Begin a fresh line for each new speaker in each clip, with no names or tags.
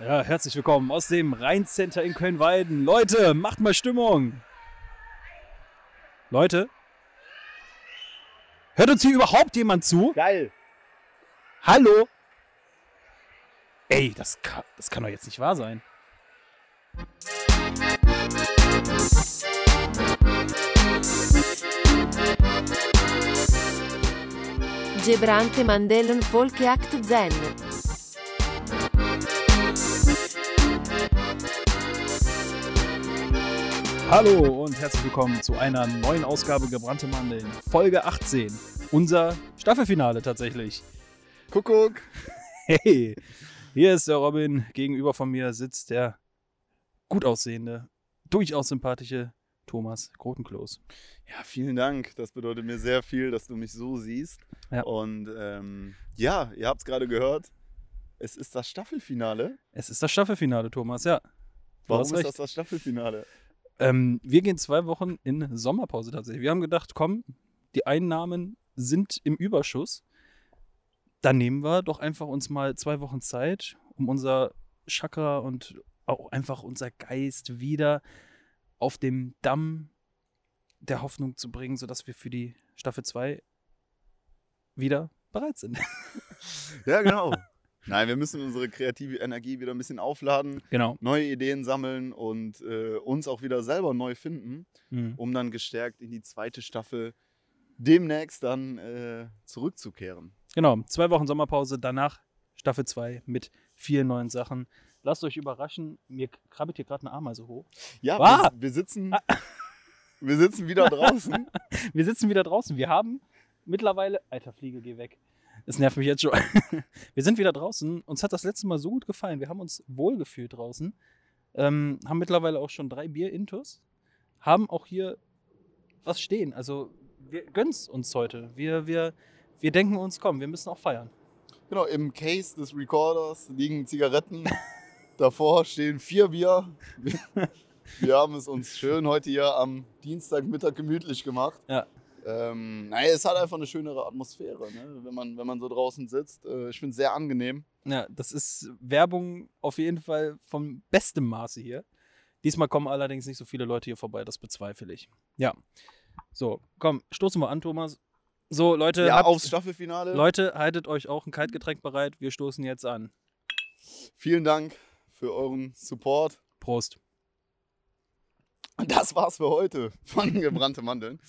Ja, herzlich willkommen aus dem Rheincenter in Köln-Weiden. Leute, macht mal Stimmung. Leute, hört uns hier überhaupt jemand zu?
Geil.
Hallo? Ey, das kann, das kann doch jetzt nicht wahr sein.
Gebrante Mandelen Volkjagd Zen.
Hallo und herzlich willkommen zu einer neuen Ausgabe Gebrannte Mandeln, Folge 18. Unser Staffelfinale tatsächlich.
Kuckuck.
Hey, hier ist der Robin. Gegenüber von mir sitzt der gut aussehende, durchaus sympathische Thomas Grotenkloß.
Ja, vielen Dank. Das bedeutet mir sehr viel, dass du mich so siehst.
Ja.
Und ähm, ja, ihr habt es gerade gehört. Es ist das Staffelfinale.
Es ist das Staffelfinale, Thomas, ja. Du
Warum
hast
ist
recht.
das das Staffelfinale?
Ähm, wir gehen zwei Wochen in Sommerpause tatsächlich. Wir haben gedacht, komm, die Einnahmen sind im Überschuss. Dann nehmen wir doch einfach uns mal zwei Wochen Zeit, um unser Chakra und auch einfach unser Geist wieder auf dem Damm der Hoffnung zu bringen, sodass wir für die Staffel 2 wieder bereit sind.
Ja, genau. Nein, wir müssen unsere kreative Energie wieder ein bisschen aufladen,
Genau.
neue Ideen sammeln und äh, uns auch wieder selber neu finden,
Mhm.
um dann gestärkt in die zweite Staffel demnächst dann äh, zurückzukehren.
Genau, zwei Wochen Sommerpause, danach Staffel 2 mit vielen neuen Sachen. Lasst euch überraschen, mir krabbelt hier gerade eine Ameise hoch.
Ja,
Ah.
wir, wir, sitzen, wir sitzen wieder draußen.
Wir sitzen wieder draußen, wir haben mittlerweile... Alter, Fliege, geh weg. Das nervt mich jetzt schon. Wir sind wieder draußen, uns hat das letzte Mal so gut gefallen, wir haben uns wohlgefühlt draußen, ähm, haben mittlerweile auch schon drei Bier intus, haben auch hier was stehen, also wir gönnen's uns heute. Wir, wir, wir denken uns, komm, wir müssen auch feiern.
Genau, im Case des Recorders liegen Zigaretten. Davor stehen vier Bier. Wir, wir haben es uns schön heute hier am Dienstagmittag gemütlich gemacht.
Ja.
Ähm, naja, es hat einfach eine schönere Atmosphäre, ne? wenn, man, wenn man so draußen sitzt. Äh, ich finde es sehr angenehm.
Ja, das ist Werbung auf jeden Fall vom besten Maße hier. Diesmal kommen allerdings nicht so viele Leute hier vorbei, das bezweifle ich. Ja. So, komm, stoßen wir an, Thomas. So, Leute,
Ja,
habt-
aufs Staffelfinale.
Leute, haltet euch auch ein Kaltgetränk bereit. Wir stoßen jetzt an.
Vielen Dank für euren Support.
Prost.
Und das war's für heute von Gebrannte Mandeln.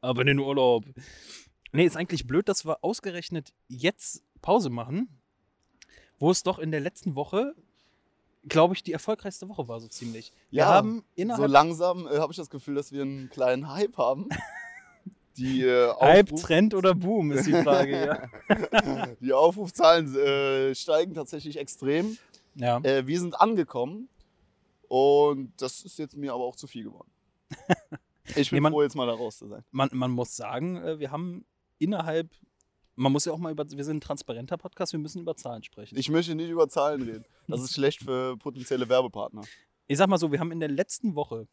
Aber in den Urlaub. Nee, ist eigentlich blöd, dass wir ausgerechnet jetzt Pause machen, wo es doch in der letzten Woche, glaube ich, die erfolgreichste Woche war, so ziemlich. Wir
Ja,
haben
So
innerhalb
langsam äh, habe ich das Gefühl, dass wir einen kleinen Hype haben. Die, äh,
Hype,
Aufruf-
Trend oder Boom ist die Frage, ja.
Die Aufrufzahlen äh, steigen tatsächlich extrem.
Ja,
Äh, wir sind angekommen und das ist jetzt mir aber auch zu viel geworden. Ich bin
Nee, man-
froh, jetzt mal da raus zu sein.
man, man muss sagen, äh, wir haben innerhalb, man muss ja auch mal über, wir sind ein transparenter Podcast, wir müssen über Zahlen sprechen. Ich,
Ich möchte nicht über Zahlen reden. Das ist schlecht für potenzielle Werbepartner.
sag mal so, wir haben in der letzten Woche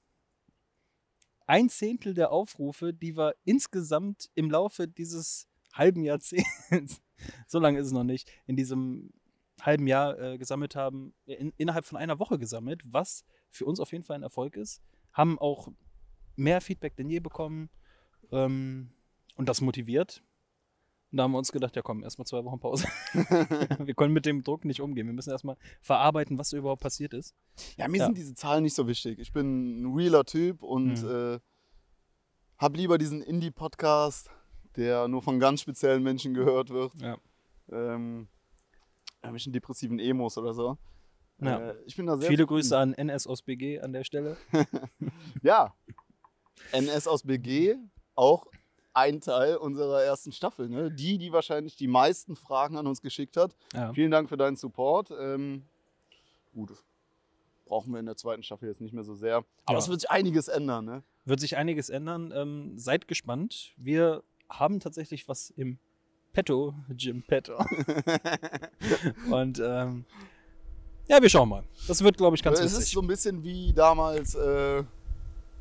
ein Zehntel der Aufrufe, die wir insgesamt im Laufe dieses halben Jahrzehnts, so lange ist es noch nicht, in diesem halben Jahr äh, gesammelt haben, in, innerhalb von einer Woche gesammelt, was für uns auf jeden Fall ein Erfolg ist, haben auch mehr Feedback denn je bekommen ähm, und das motiviert. Und da haben wir uns gedacht, ja komm, erstmal zwei Wochen Pause. wir können mit dem Druck nicht umgehen. Wir müssen erstmal verarbeiten, was überhaupt passiert ist.
Ja, mir
Ja.
sind diese Zahlen nicht so wichtig. Ich bin ein realer Typ und
Mhm.
äh, habe lieber diesen Indie-Podcast, der nur von ganz speziellen Menschen gehört wird.
Ja.
Ähm, irgendwelchen depressiven Emos oder so.
Ja.
Äh, ich bin da sehr
Viele Grüße an NS aus BG an der Stelle.
Ja. NS aus BG, auch ein Teil unserer ersten Staffel. Ne? Die, die wahrscheinlich die meisten Fragen an uns geschickt hat.
Ja.
Vielen Dank für deinen Support. Ähm, gut, brauchen wir in der zweiten Staffel jetzt nicht mehr so sehr.
Ja.
Aber es wird sich einiges ändern. Ne?
Wird sich einiges ändern. Ähm, seid gespannt. Wir haben tatsächlich was im Petto, Jim Petto. Und ähm, ja, wir schauen mal. Das wird, glaube ich, ganz
es
witzig.
ist so ein bisschen wie damals äh,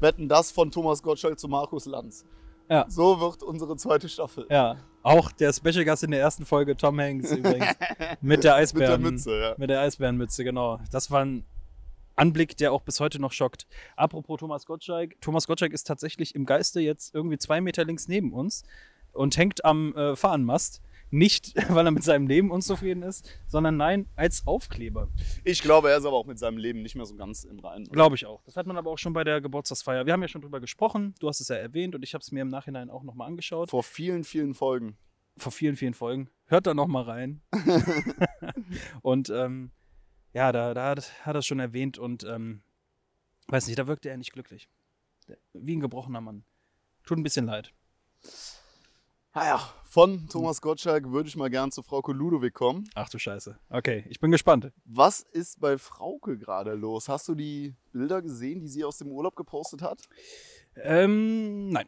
Wetten das von Thomas Gottschalk zu Markus Lanz.
Ja.
So wird unsere zweite Staffel.
ja, Auch der Special Gast in der ersten Folge, Tom Hanks übrigens. mit der
Mit der
Eisbären.
Mütze, ja.
Mit der Eisbärenmütze, genau. Das war ein Anblick, der auch bis heute noch schockt. Apropos Thomas Gottschalk. Thomas Gottschalk ist tatsächlich im Geiste jetzt irgendwie zwei Meter links neben uns und hängt am äh, Fahnenmast. Nicht, weil er mit seinem Leben unzufrieden ist, sondern nein, als Aufkleber.
Ich glaube, er ist aber auch mit seinem Leben nicht mehr so ganz im Reinen.
Glaube ich auch. Das hat man aber auch schon bei der Geburtstagsfeier. Wir haben ja schon drüber gesprochen. Du hast es ja erwähnt und ich habe es mir im Nachhinein auch nochmal angeschaut.
Vor vielen, vielen Folgen.
vor vielen, vielen Folgen. Hört da noch mal rein. und ähm, ja, da, da hat, hat er es schon erwähnt und ähm, weiß nicht, da wirkte er nicht glücklich. Wie ein gebrochener Mann. Tut ein bisschen leid.
Ah ja, von Thomas Gottschalk würde ich mal gern zu Frauke Ludowig kommen.
Ach du Scheiße. Okay, ich bin gespannt.
Was ist bei Frauke gerade los? Hast du die Bilder gesehen, die sie aus dem Urlaub gepostet hat?
Ähm, nein.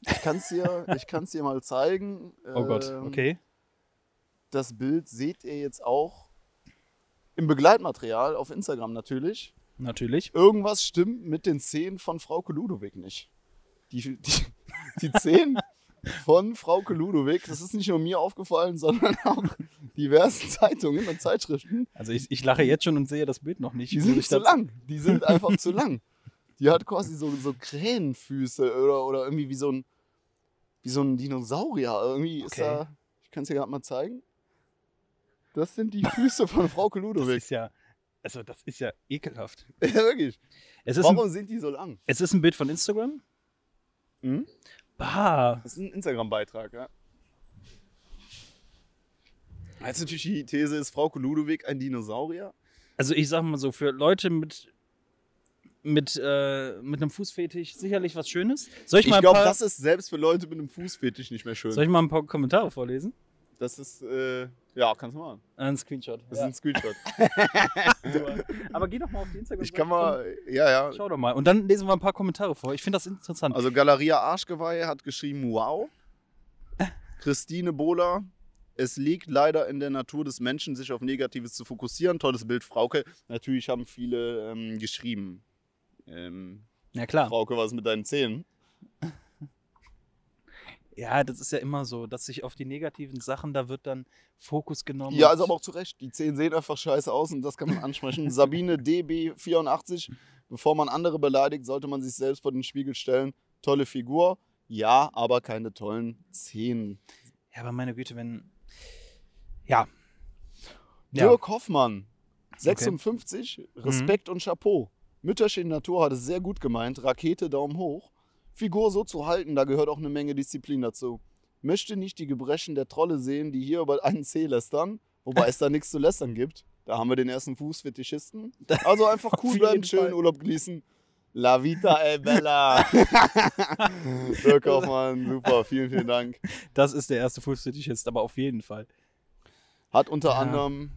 Ich kann es dir, ich kann's dir mal zeigen.
Oh Gott,
Ähm,
okay.
Das Bild seht ihr jetzt auch im Begleitmaterial auf Instagram natürlich.
Natürlich.
Irgendwas stimmt mit den Zähnen von Frauke Ludowig nicht. Die, die, die Zähne von Frauke Ludowig, das ist nicht nur mir aufgefallen, sondern auch diversen Zeitungen und Zeitschriften.
Also ich, ich lache jetzt schon und sehe das Bild noch nicht.
Die
Muss
sind
ich
zu
das-
lang. Die sind einfach zu lang. Die hat quasi so, so Krähenfüße oder, oder irgendwie wie so ein, wie so ein Dinosaurier. Irgendwie ist
Okay.
da. Ich kann es dir gerade mal zeigen. Das sind die Füße von Frau
Das
Ludowig.
ist ja, also das ist ja ekelhaft.
Ja, wirklich.
Es ist,
Warum
ein,
sind die so lang?
es ist ein Bild von Instagram.
Hm?
Bah.
Das ist ein Instagram-Beitrag, ja. Jetzt natürlich die These, ist Frau Ludowig ein Dinosaurier?
also ich sag mal so, für Leute mit mit, äh, mit einem Fußfetisch sicherlich was Schönes. Soll ich,
Ich
mal, ein
glaube,
paar,
das ist selbst für Leute mit einem Fußfetisch nicht mehr
soll
schön.
ich mal ein paar Kommentare vorlesen? Äh,
Das ist, äh, ja, kannst du machen.
Ein Screenshot.
Das ist ein Screenshot.
Ja. Aber geh doch mal auf die Instagram.
Ich kann mal, ja, ja,
Schau doch mal. Und dann lesen wir ein paar Kommentare vor. Ich finde das interessant.
Also Galeria Arschgeweih hat geschrieben, wow. Christine Bohler, es liegt leider in der Natur des Menschen, sich auf Negatives zu fokussieren. Tolles Bild, Frauke. Natürlich haben viele ähm, geschrieben. Ähm,
ja klar.
Frauke, was ist mit deinen Zähnen?
Ja, das ist ja immer so, dass sich auf die negativen Sachen, da wird dann Fokus genommen.
Ja, also aber auch zu Recht. Die Zähne sehen einfach scheiße aus und das kann man ansprechen. Sabine DB84, bevor man andere beleidigt, sollte man sich selbst vor den Spiegel stellen. Tolle Figur, ja, aber keine tollen Zähne.
Ja, aber meine Güte, wenn. Ja. Ja. Mhm.
Dirk Hoffmann, 56, Respekt und Chapeau. Mütterchen Natur hat es sehr gut gemeint, Rakete Daumen hoch. Figur so zu halten, da gehört auch eine Menge Disziplin dazu. Möchte nicht die Gebrechen der Trolle sehen, die hier über einen C lästern, wobei es da nichts zu lästern gibt. Da haben wir den ersten Fußfetischisten. Also einfach
Auf
cool
jeden
bleiben, schön
Fall.
Urlaub genießen. La vita è bella. Dirk Hoffmann, super, vielen, vielen Dank.
Das ist der erste Fußfetisch jetzt, aber auf jeden Fall.
Hat unter
Ja.
anderem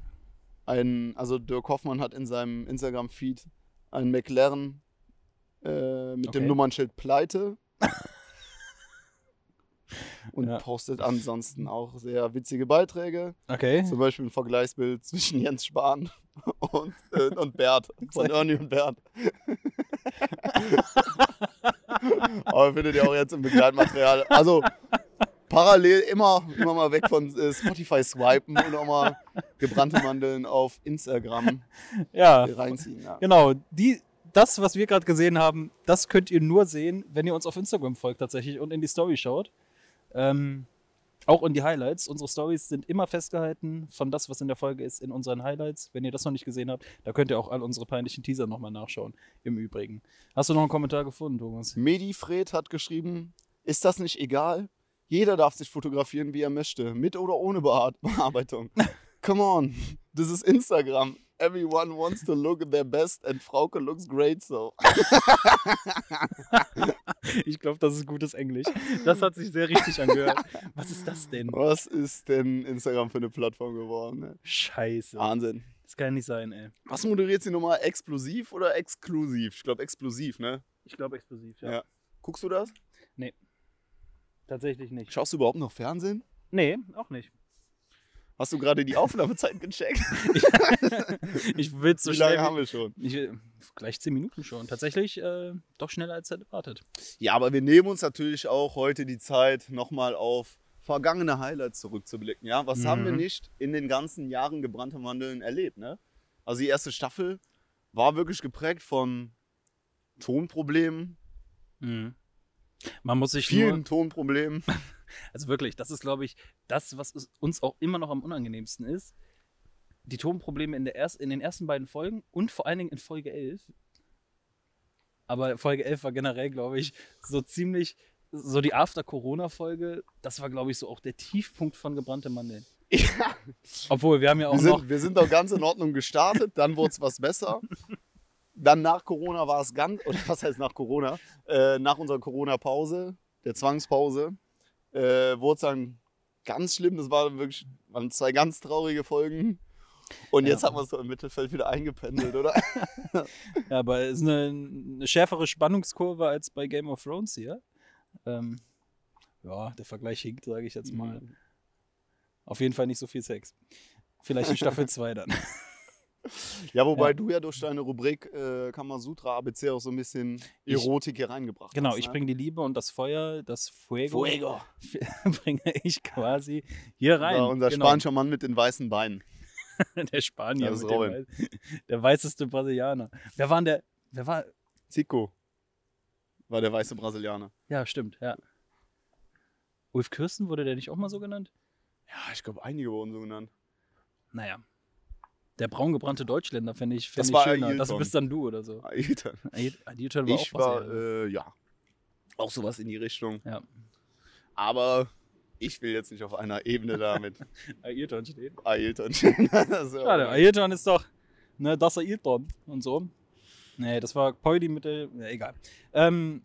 einen, also Dirk Hoffmann hat in seinem Instagram-Feed einen McLaren äh, mit
Okay.
dem Nummernschild Pleite. Und
Ja.
postet ansonsten auch sehr witzige Beiträge.
Okay.
Zum Beispiel ein Vergleichsbild zwischen Jens Spahn und, äh, und Bert. Von Ernie und Bert. Aber findet ihr auch jetzt im Begleitmaterial. Also parallel immer, immer mal weg von äh, Spotify swipen und auch mal gebrannte Mandeln auf Instagram
Ja.
reinziehen. Ja.
Genau, die, das, was wir gerade gesehen haben, das könnt ihr nur sehen, wenn ihr uns auf Instagram folgt tatsächlich und in die Story schaut. Ähm, auch in die Highlights. Unsere Stories sind immer festgehalten von das, was in der Folge ist, in unseren Highlights. Wenn ihr das noch nicht gesehen habt, da könnt ihr auch all unsere peinlichen Teaser nochmal nachschauen. Im Übrigen. Hast du noch einen Kommentar gefunden, Thomas?
Medifred hat geschrieben, ist das nicht egal? Jeder darf sich fotografieren, wie er möchte, mit oder ohne Bear- Bearbeitung. Come on, this is Instagram. Everyone wants to look their best and Frauke looks great so.
Ich glaube, das ist gutes Englisch. Das hat sich sehr richtig angehört. Was ist das denn?
Was ist denn Instagram für eine Plattform geworden? Ne?
Scheiße.
Wahnsinn.
Das kann nicht sein, ey.
Was moderiert sie nochmal? Explosiv oder exklusiv? Ich glaube explosiv, ne?
Ich glaube explosiv,
ja. Ja. Guckst du das?
Tatsächlich nicht.
Schaust du überhaupt noch Fernsehen?
Nee, auch nicht.
Hast du gerade die Aufnahmezeit gecheckt?
Ich will so
Wie
schnell
lange haben wir schon?
Ich, äh, gleich zehn Minuten schon. Tatsächlich äh, doch schneller als erwartet.
Ja, aber wir nehmen uns natürlich auch heute die Zeit, nochmal auf vergangene Highlights zurückzublicken. Ja, was haben wir
Mhm.
nicht in den ganzen Jahren gebrannter Mandeln erlebt? Ne? Also die erste Staffel war wirklich geprägt von Tonproblemen,
Mhm. Man muss sich
vielen
nur,
Tonproblemen.
also wirklich, das ist, glaube ich, das, was es uns auch immer noch am unangenehmsten ist. Die Tonprobleme in, der erst, in den ersten beiden Folgen und vor allen Dingen in Folge 11. Aber Folge 11 war generell, glaube ich, so ziemlich, so die After-Corona-Folge, das war, glaube ich, so auch der Tiefpunkt von gebrannte Mandeln.
ja,
Obwohl, wir haben ja auch
wir,
noch,
sind, wir sind doch ganz in Ordnung gestartet, dann wurde es was besser. Dann nach Corona war es ganz, oder was heißt nach Corona? Äh, nach unserer Corona-Pause, der Zwangspause, äh, wurde es dann ganz schlimm. Das war wirklich, waren zwei ganz traurige Folgen. Und jetzt
Ja.
haben wir es doch im Mittelfeld wieder eingependelt, oder?
ja, aber es ist eine, eine schärfere Spannungskurve als bei Game of Thrones hier. Ähm, ja, der Vergleich hinkt, sage ich jetzt mal.
Mhm.
Auf jeden Fall nicht so viel Sex. Vielleicht in Staffel 2 dann.
Ja, wobei
Ja.
du ja durch deine Rubrik äh, Kamasutra ABC auch so ein bisschen
Ich-
Erotik hier reingebracht
Genau,
hast.
ich
ne?
bringe die Liebe und das Feuer, das Fuego, bringe ich quasi hier rein.
Unser, unser
genau.
spanischer Mann mit den weißen Beinen.
Der Spanier.
Das ist
mit dem
Robin.
Wei- der weißeste Brasilianer. Wer war denn der? Wer war.
Zico war der weiße Brasilianer.
Ja, stimmt, ja. Ulf Kirsten wurde der nicht auch mal so genannt? Ah,
Ja, ich glaube, einige wurden so genannt.
Naja. Der braungebrannte Deutschländer finde ich, find
Das
ich
war
schöner. Das
Ailton.
bist dann du oder so.
Ah, Alter.
Adjutan war
Ich
auch
war,
Brasilianer.
äh, ja, auch sowas in die Richtung.
Ja.
Aber ich will jetzt nicht auf einer Ebene da mit
Ailton steht.
Ailton. Das ist äh, ja
Ja, der
auch-
Ailton ist doch, ne, das Ailton und so. Nee, das war Poldi mit der, ja, egal. Ähm,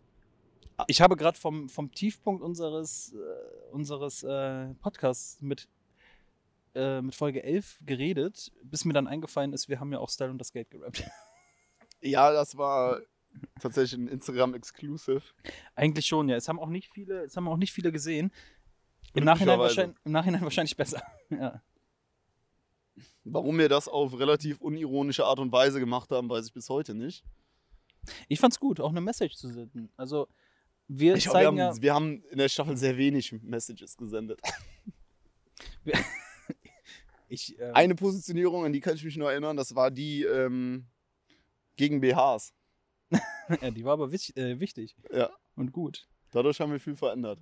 ich habe gerade vom, vom Tiefpunkt unseres, äh, unseres äh, Podcasts mit, äh, mit Folge 11 geredet, bis mir dann eingefallen ist, wir haben ja auch Style und das Geld gerappt.
ja, das war tatsächlich ein Instagram-Exclusive.
Eigentlich schon, ja. Es haben auch nicht viele, es haben auch nicht viele gesehen. Im Nachhinein,
Glücklicherweise.
wahrscheinlich, Im Nachhinein wahrscheinlich besser. ja.
Warum wir das auf relativ unironische Art und Weise gemacht haben, weiß ich bis heute nicht.
Ich fand's gut, auch eine Message zu senden. Also, wir
Ich hoffe, wir,
zeigen ja.
haben, wir haben in der Staffel sehr wenig Messages gesendet.
Ich, ähm,
Eine Positionierung, an die kann ich mich nur erinnern, das war die ähm, gegen BHs.
Ja, die war aber wich, äh, wichtig.
Ja.
Und gut.
Dadurch haben wir viel verändert.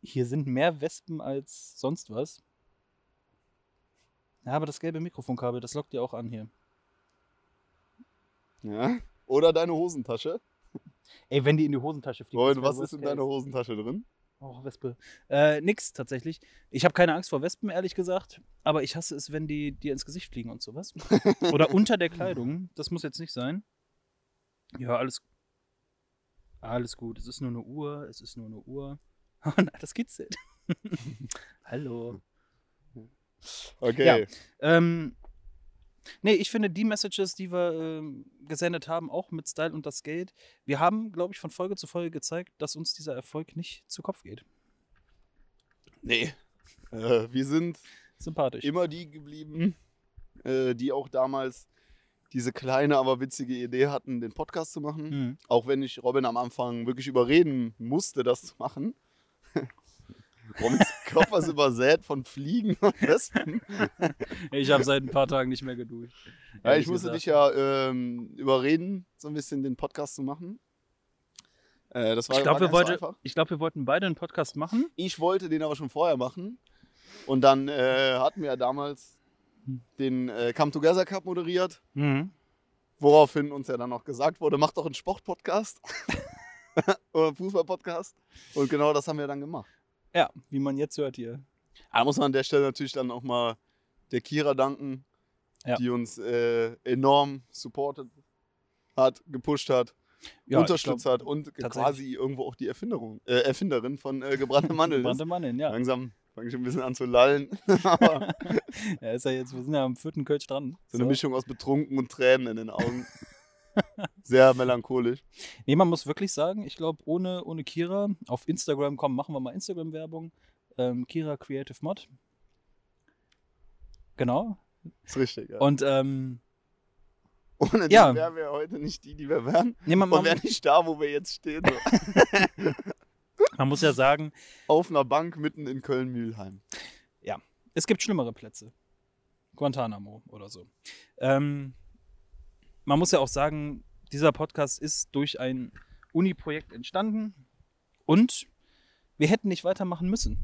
Hier sind mehr Wespen als sonst was. Ja, aber das gelbe Mikrofonkabel, das lockt ja auch an hier.
Ja. Oder deine Hosentasche.
Ey, wenn die in die Hosentasche fliegt.
Robin,
das wär
was ist
worst
in
case.
deiner Hosentasche drin?
Oh, Wespe. Äh, nix tatsächlich. Ich habe keine Angst vor Wespen, ehrlich gesagt. Aber ich hasse es, wenn die dir ins Gesicht fliegen und sowas. Oder unter der Kleidung. Das muss jetzt nicht sein. Ja, alles. Alles gut. Es ist nur eine Uhr. Es ist nur eine Uhr. Oh das kitzelt. Hallo.
Okay.
Ähm, nee, ich finde die Messages, die wir ähm, gesendet haben, auch mit Style und das Geld, wir haben, glaube ich, von Folge zu Folge gezeigt, dass uns dieser Erfolg nicht zu Kopf geht.
Nee. Äh, wir sind
Sympathisch.
immer die geblieben, äh, die auch damals diese kleine, aber witzige Idee hatten, den Podcast zu machen.
Mhm.
Auch wenn ich Robin am Anfang wirklich überreden musste, das zu machen. Robins Kopf ist übersät von Fliegen und Wespen.
Ich habe seit ein paar Tagen nicht mehr geduscht.
Ja,
ehrlich
ich musste
gesagt.
dich ja ähm, überreden, so ein bisschen den Podcast zu machen. Äh, das war,
Ich glaube, wir,
war ganz so
wollte,
einfach.
ich glaub, wir wollten beide einen Podcast machen.
Ich wollte den aber schon vorher machen. Und dann äh, hatten wir ja damals den äh, Come Together Cup moderiert, woraufhin uns ja dann noch gesagt wurde, mach doch einen Sport-Podcast oder einen Fußball-Podcast. Und genau das haben wir dann gemacht.
Ja, wie man jetzt hört hier.
Da muss man an der Stelle natürlich dann auch mal der Kira danken,
Ja.
die uns äh, enorm supportet hat, gepusht hat,
Ja, ich
unterstützt
glaub,
hat und
tatsächlich.
quasi irgendwo auch die Erfinderung, äh, Erfinderin von äh, gebrannte Mandeln. ist.
Brannte Mandeln, ja.
Langsam fange ich ein bisschen an zu lallen. aber
ja ist ja jetzt, wir sind ja am vierten Kölsch dran.
So eine Mischung aus betrunken und Tränen in den Augen. Sehr melancholisch.
Nee, man muss wirklich sagen, ich glaube, ohne, ohne Kira, auf Instagram, komm, machen wir mal Instagram-Werbung. Ähm, Kira Creative Mod. Genau.
Ist richtig, ja.
Und ähm,
Ohne die
ja.
wären wir heute nicht die, die wir wären.
nee, man,
Und
man,
wären nicht da, wo wir jetzt stehen. So.
Man muss ja sagen,
Auf einer Bank mitten in Köln-Mühlheim.
es gibt schlimmere Plätze. Guantanamo oder so. Ähm, man muss ja auch sagen, dieser Podcast ist durch ein Uni-Projekt entstanden und wir hätten nicht weitermachen müssen.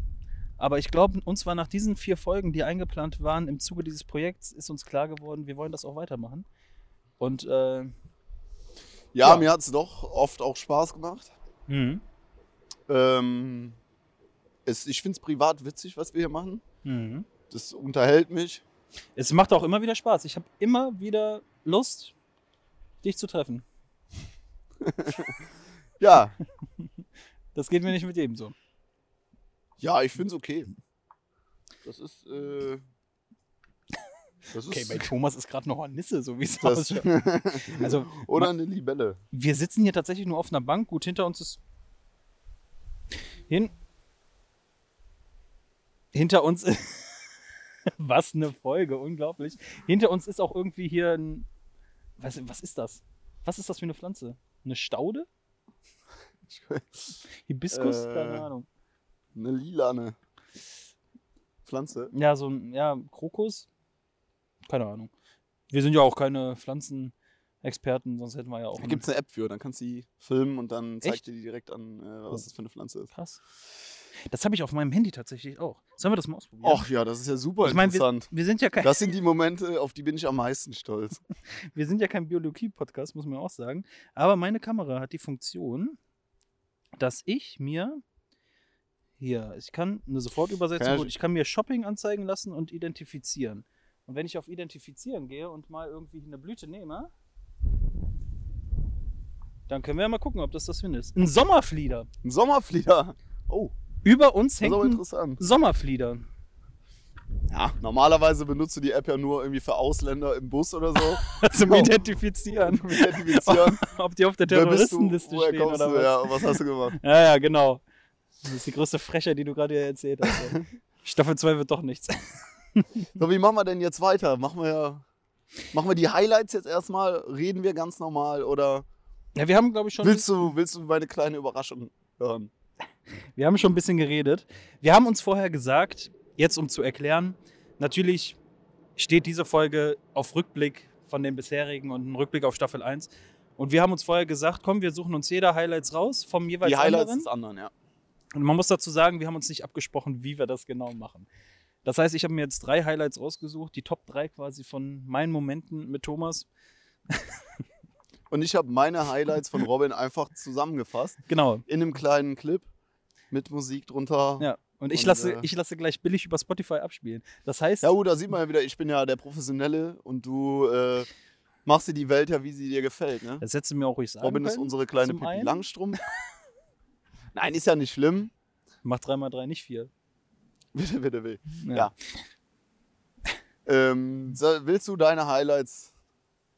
Aber ich glaube, uns war nach diesen vier Folgen, die eingeplant waren, im Zuge dieses Projekts, ist uns klar geworden, wir wollen das auch weitermachen. Und äh,
Ja,
Ja.
mir hat es doch oft auch Spaß gemacht.
mhm.
Ähm, es, ich finde es privat witzig, was wir hier machen.
Mhm.
Das unterhält mich.
Es macht auch immer wieder Spaß. Ich habe immer wieder Lust, dich zu treffen.
Ja,
Das geht mir nicht mit jedem so.
ja, ich finde es okay. Das ist. Äh, das ist
Okay, bei Thomas ist gerade noch eine Nisse, so wie es
das,
ausschaut. Also,
Oder eine Libelle.
wir sitzen hier tatsächlich nur auf einer Bank. Gut, hinter uns ist. Hin. Hinter uns. was eine Folge, unglaublich. Hinter uns ist auch irgendwie hier ein. Was, was ist das? Was ist das für eine Pflanze? Eine Staude? Hibiskus?
Äh.
Keine Ahnung.
Eine lilane Pflanze.
Ja, so ein, ja, Krokus. Keine Ahnung. Wir sind ja auch keine Pflanzenexperten, sonst hätten wir ja auch.
Da gibt es eine App für, dann kannst du die filmen und dann zeigt
Echt?
dir die direkt an, äh, was das für eine Pflanze ist.
Krass. Das habe ich auf meinem Handy tatsächlich auch. Sollen wir das mal ausprobieren?
Och ja, das ist ja super
ich meine, wir,
interessant.
wir sind ja kein,
Das sind die Momente, auf die bin ich am meisten stolz.
wir sind ja kein Biologie-Podcast, muss man auch sagen. Aber meine Kamera hat die Funktion, dass ich mir hier, ich kann eine Sofortübersetzung,
Kann ja-
holen, ich kann mir Shopping anzeigen lassen und identifizieren. Und wenn ich auf Identifizieren gehe und mal irgendwie eine Blüte nehme, dann können wir ja mal gucken, ob das das Wind ist. Ein Sommerflieder.
Ein Sommerflieder. Oh,
Über uns
das ist
hängt
aber
ein
interessant.
Sommerflieder.
Ja, normalerweise benutzt du die App ja nur irgendwie für Ausländer im Bus oder so.
Zum
Oh.
Identifizieren.
Zum Identifizieren.
Ob die auf der
Wer bist du?
Terroristenliste
Woher
stehen
kommst
oder
du?
was.
Ja, und was hast du gemacht?
Ja, ja, genau. Das ist die größte Frechheit, die du gerade hier erzählt hast. ey. Staffel 2 wird doch nichts.
So, wie machen wir denn jetzt weiter? Machen wir, machen wir die Highlights jetzt erstmal? Reden wir ganz normal? Oder
Ja, wir haben, glaube ich, schon,
willst du, willst du meine kleine Überraschung hören?
wir haben schon ein bisschen geredet. Wir haben uns vorher gesagt, jetzt um zu erklären, natürlich steht diese Folge auf Rückblick von den bisherigen und ein Rückblick auf Staffel 1. Und wir haben uns vorher gesagt, komm, wir suchen uns jeder Highlights raus vom jeweils
die Highlights
anderen.
des anderen, ja.
Und man muss dazu sagen, wir haben uns nicht abgesprochen, wie wir das genau machen. Das heißt, ich habe mir jetzt drei Highlights rausgesucht, die Top 3 quasi von meinen Momenten mit Thomas.
Und ich habe meine Highlights von Robin einfach zusammengefasst
Genau.
in einem kleinen Clip mit Musik drunter. Ja.
Ja. Und ich
Und,
lasse,
äh,
ich lasse gleich billig über Spotify abspielen. Das heißt,
oh, da sieht man ja wieder, ich bin ja der Professionelle und du äh, machst dir die Welt ja, wie sie dir gefällt, ne?
das hättest du mir auch ruhig sagen
Robin ist
können.
unsere kleine
Zum
Pippi
einen.
Langstrumpf. Nein, ist ja nicht schlimm.
Mach 3x3, nicht 4.
Bitte, bitte, bitte. Ja. Ähm, so, willst du deine Highlights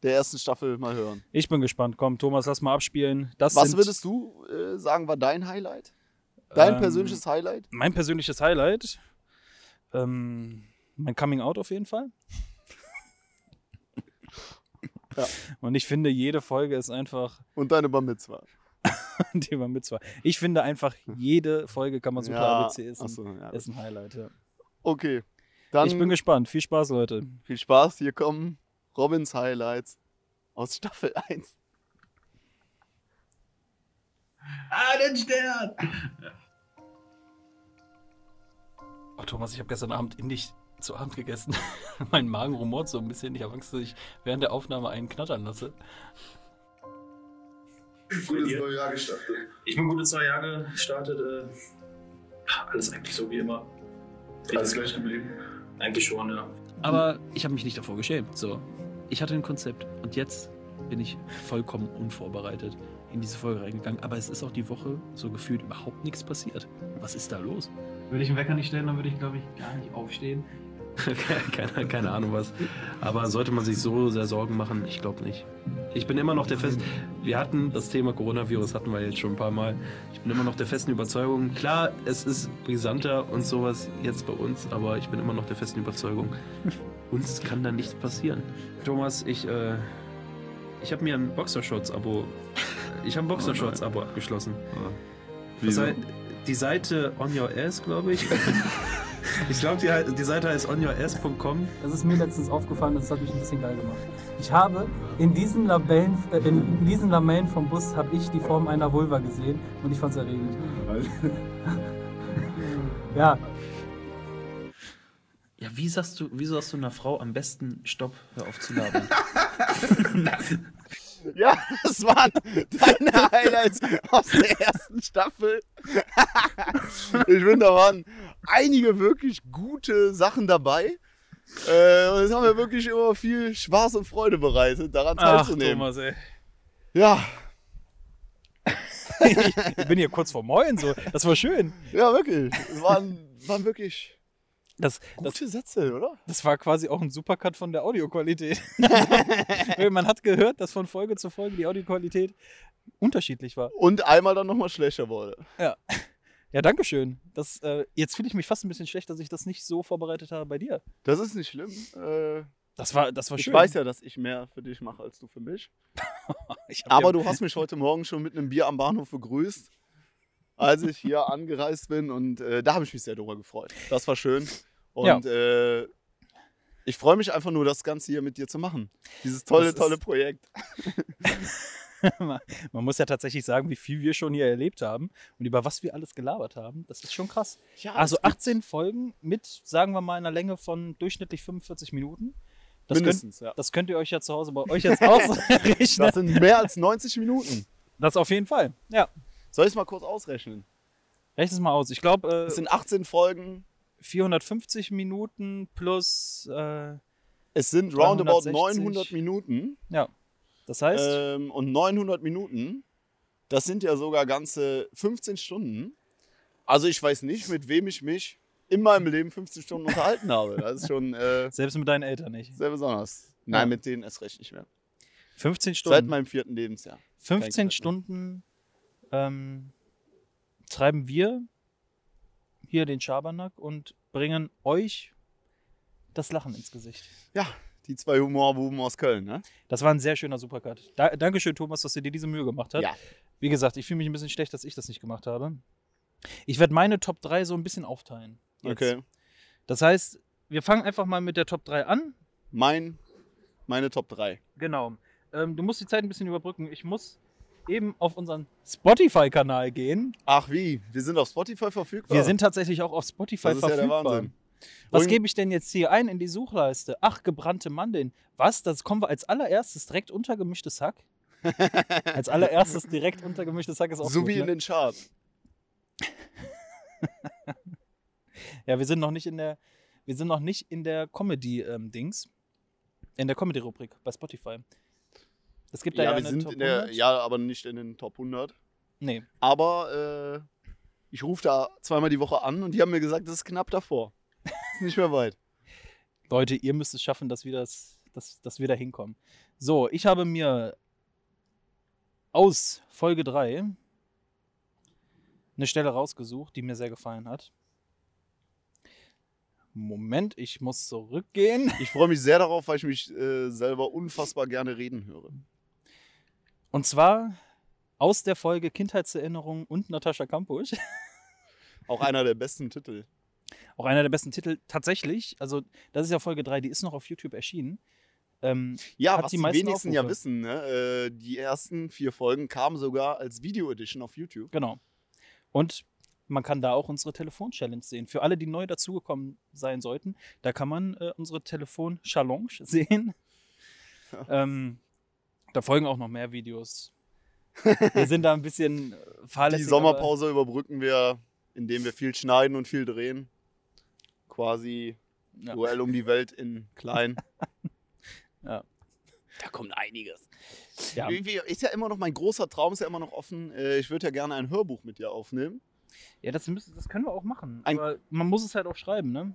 der ersten Staffel mal hören?
Ich bin gespannt. Komm, Thomas, lass mal abspielen. Das
Was
sind,
würdest du äh, sagen, war dein Highlight? Dein
ähm,
persönliches Highlight?
Mein persönliches Highlight. Ähm, mein Coming Out auf jeden Fall.
Ja.
Und ich finde, jede Folge ist einfach
Und deine Bar Mitzwa.
Thema mit zwar. Ich finde einfach, jede Folge kann man super
Ja,
ABC ist ein,
achso, ja.
ist ein Highlight. Ja.
Okay. Dann
Ich bin gespannt. Viel Spaß, Leute.
viel Spaß. Hier kommen Robins Highlights aus Staffel 1.
Ah, den Stern!
Oh, Thomas, ich habe gestern Abend indisch zu Abend gegessen. mein Magen rumort so ein bisschen. Ich habe Angst, dass ich während der Aufnahme einen knattern lasse.
Gutes
neue Jahr gestartet. Ich bin gutes neue Jahr gestartet. Äh, alles eigentlich so wie immer. Alles gleich geblieben? Eigentlich schon, ja.
Aber ich habe mich nicht davor geschämt. So, ich hatte ein Konzept und jetzt bin ich vollkommen unvorbereitet in diese Folge reingegangen. Aber es ist auch die Woche so gefühlt überhaupt nichts passiert. Was ist da los?
Würde ich den Wecker nicht stellen, dann würde ich, glaube ich, gar nicht aufstehen.
keine, keine Ahnung was. Aber sollte man sich so sehr Sorgen machen? Ich glaube nicht. Ich bin immer noch der festen. Wir hatten das Thema Coronavirus, hatten wir jetzt schon ein paar Mal. Ich bin immer noch der festen Überzeugung. Klar, es ist brisanter und sowas jetzt bei uns, aber ich bin immer noch der festen Überzeugung. Uns kann da nichts passieren. Thomas, ich, äh, ich habe mir ein Boxershorts-Abo. Ich habe ein Boxershorts-Abo abgeschlossen. Das heißt, die Seite on your ass, glaube ich. ich glaube, die, he- die Seite heißt onyourass.com.
Das ist mir letztens aufgefallen und das hat mich ein bisschen geil gemacht. Ich habe in diesen Labellen, äh, in diesen Lamellen vom Bus habe ich die Form einer Vulva gesehen und ich fand's erregend. Ja,
Ja, wie sagst du, wieso hast du einer Frau am besten Stopp, hör auf zu labern?
Ja, das waren deine Highlights aus der ersten Staffel. ich finde, da waren einige wirklich gute Sachen dabei. Äh, und es haben wir wirklich immer viel Spaß und Freude bereitet, daran
Ach,
teilzunehmen.
Thomas, ey.
Ja,
Ich bin hier kurz vor Moin, so. Das war schön.
ja, wirklich. Es waren, waren wirklich
Das, das,
gute Sätze, oder?
das war quasi auch ein Supercut von der Audioqualität. Man hat gehört, dass von Folge zu Folge die Audioqualität unterschiedlich war.
Und einmal dann nochmal schlechter wurde.
Ja, danke schön. Das, äh, jetzt fühle ich mich fast ein bisschen schlecht, dass ich das nicht so vorbereitet habe bei dir.
Das ist nicht schlimm. Äh,
Das war, das war
ich
schön.
weiß ja, dass ich mehr für dich mache als du für mich.
Ich hab
Aber
ja-
du hast mich heute Morgen schon mit einem Bier am Bahnhof begrüßt, als ich hier angereist bin. Und äh, da habe ich mich sehr darüber gefreut. Das war schön. Und äh, ich freue mich einfach nur, das Ganze hier mit dir zu machen. Dieses tolle,
Das ist-
tolle Projekt.
Man muss ja tatsächlich sagen, wie viel wir schon hier erlebt haben und über was wir alles gelabert haben. Das ist schon krass.
Ja,
Also 18 Folgen mit, sagen wir mal, einer Länge von durchschnittlich 45 Minuten. Das, könnt,
mindestens, ja.
das könnt ihr euch ja zu Hause bei euch jetzt ausrechnen.
Das sind mehr als 90 Minuten.
Das auf jeden Fall. Ja,
Soll ich es mal kurz ausrechnen?
rechne es mal aus. Ich glaube,
Das
äh,
sind 18 Folgen.
450 Minuten plus, äh,
Es sind roundabout
360.
900 Minuten.
das heißt,
Ähm, und 900 Minuten, das sind ja sogar ganze 15 Stunden. Also ich weiß nicht, mit wem ich mich in meinem Leben 15 Stunden unterhalten habe. Das ist schon äh,
selbst mit deinen Eltern nicht.
sehr besonders. Nein,
Ja.
mit denen erst recht nicht mehr.
15
Seit
Stunden.
meinem vierten Lebensjahr.
15
Kein Zeit mehr.
Stunden ähm, treiben wir hier den Schabernack und bringen euch das Lachen ins Gesicht.
Die zwei Humorbuben aus Köln, ne?
Das war ein sehr schöner Supercut. Da, Dankeschön, Thomas, dass du dir diese Mühe gemacht hast.
Ja.
Wie gesagt, ich fühle mich ein bisschen schlecht, dass ich das nicht gemacht habe. Ich werde meine Top 3 so ein bisschen aufteilen. jetzt.
Okay.
Das heißt, wir fangen einfach mal mit der Top 3 an.
Mein, meine Top 3.
Genau. Ähm, du musst die Zeit ein bisschen überbrücken. Ich muss eben auf unseren Spotify-Kanal gehen.
Ach wie, wir sind auf Spotify verfügbar.
Wir sind tatsächlich auch auf Spotify
das ist ja der
verfügbar.
Wahnsinn.
Was
Und-
gebe ich denn jetzt hier ein in die Suchleiste? Ach, gebrannte Mandeln. Was? Das kommen wir als allererstes direkt unter gemischtes Hack. Als allererstes direkt unter gemischtes Hack ist auch
So
gut,
wie
ne?
in den Charts.
Ja, wir sind noch nicht in der, wir sind noch nicht in der Comedy-Dings. in der Comedy-Rubrik bei Spotify. Es gibt da ja,
Ja,
eine
wir sind
Top
in der,
100.
ja, aber nicht in den Top 100.
Nee.
Aber äh, ich rufe da zweimal die Woche an und die haben mir gesagt, das ist knapp davor. Ist nicht mehr weit.
Leute, ihr müsst es schaffen, dass wir das, dass, dass wir da hinkommen. So, ich habe mir aus Folge 3 eine Stelle rausgesucht, die mir sehr gefallen hat. Moment, ich muss zurückgehen.
Ich freue mich sehr darauf, weil ich mich äh, selber unfassbar gerne reden höre.
Und zwar aus der Folge Kindheitserinnerungen und Natascha Kampusch.
Auch einer der besten Titel.
Auch einer der besten Titel tatsächlich. Also, das ist ja Folge 3, die ist noch auf YouTube erschienen. Ähm,
Ja,
Hat
was
die
die
meisten
wenigsten ja
Aufrufe.
wissen, ne? äh, die ersten vier Folgen kamen sogar als Video-Edition auf YouTube.
genau. Und man kann da auch unsere Telefon-Challenge sehen. Für alle, die neu dazugekommen sein sollten, da kann man äh, unsere Telefon-Challenge sehen. ähm, da folgen auch noch mehr Videos. Wir sind da ein bisschen äh,
Die
fahrlässig.
Sommerpause überbrücken wir, indem wir viel schneiden und viel drehen. Quasi
Ja.
Duell um die Welt in klein.
da kommt einiges. Ja,
Wie- wie- Ist ja immer noch mein großer Traum, ist ja immer noch offen. Äh, ich würde ja gerne ein Hörbuch mit dir aufnehmen.
ja das, müssen, das können wir auch machen.
Ein-
Aber man muss es halt auch schreiben, ne?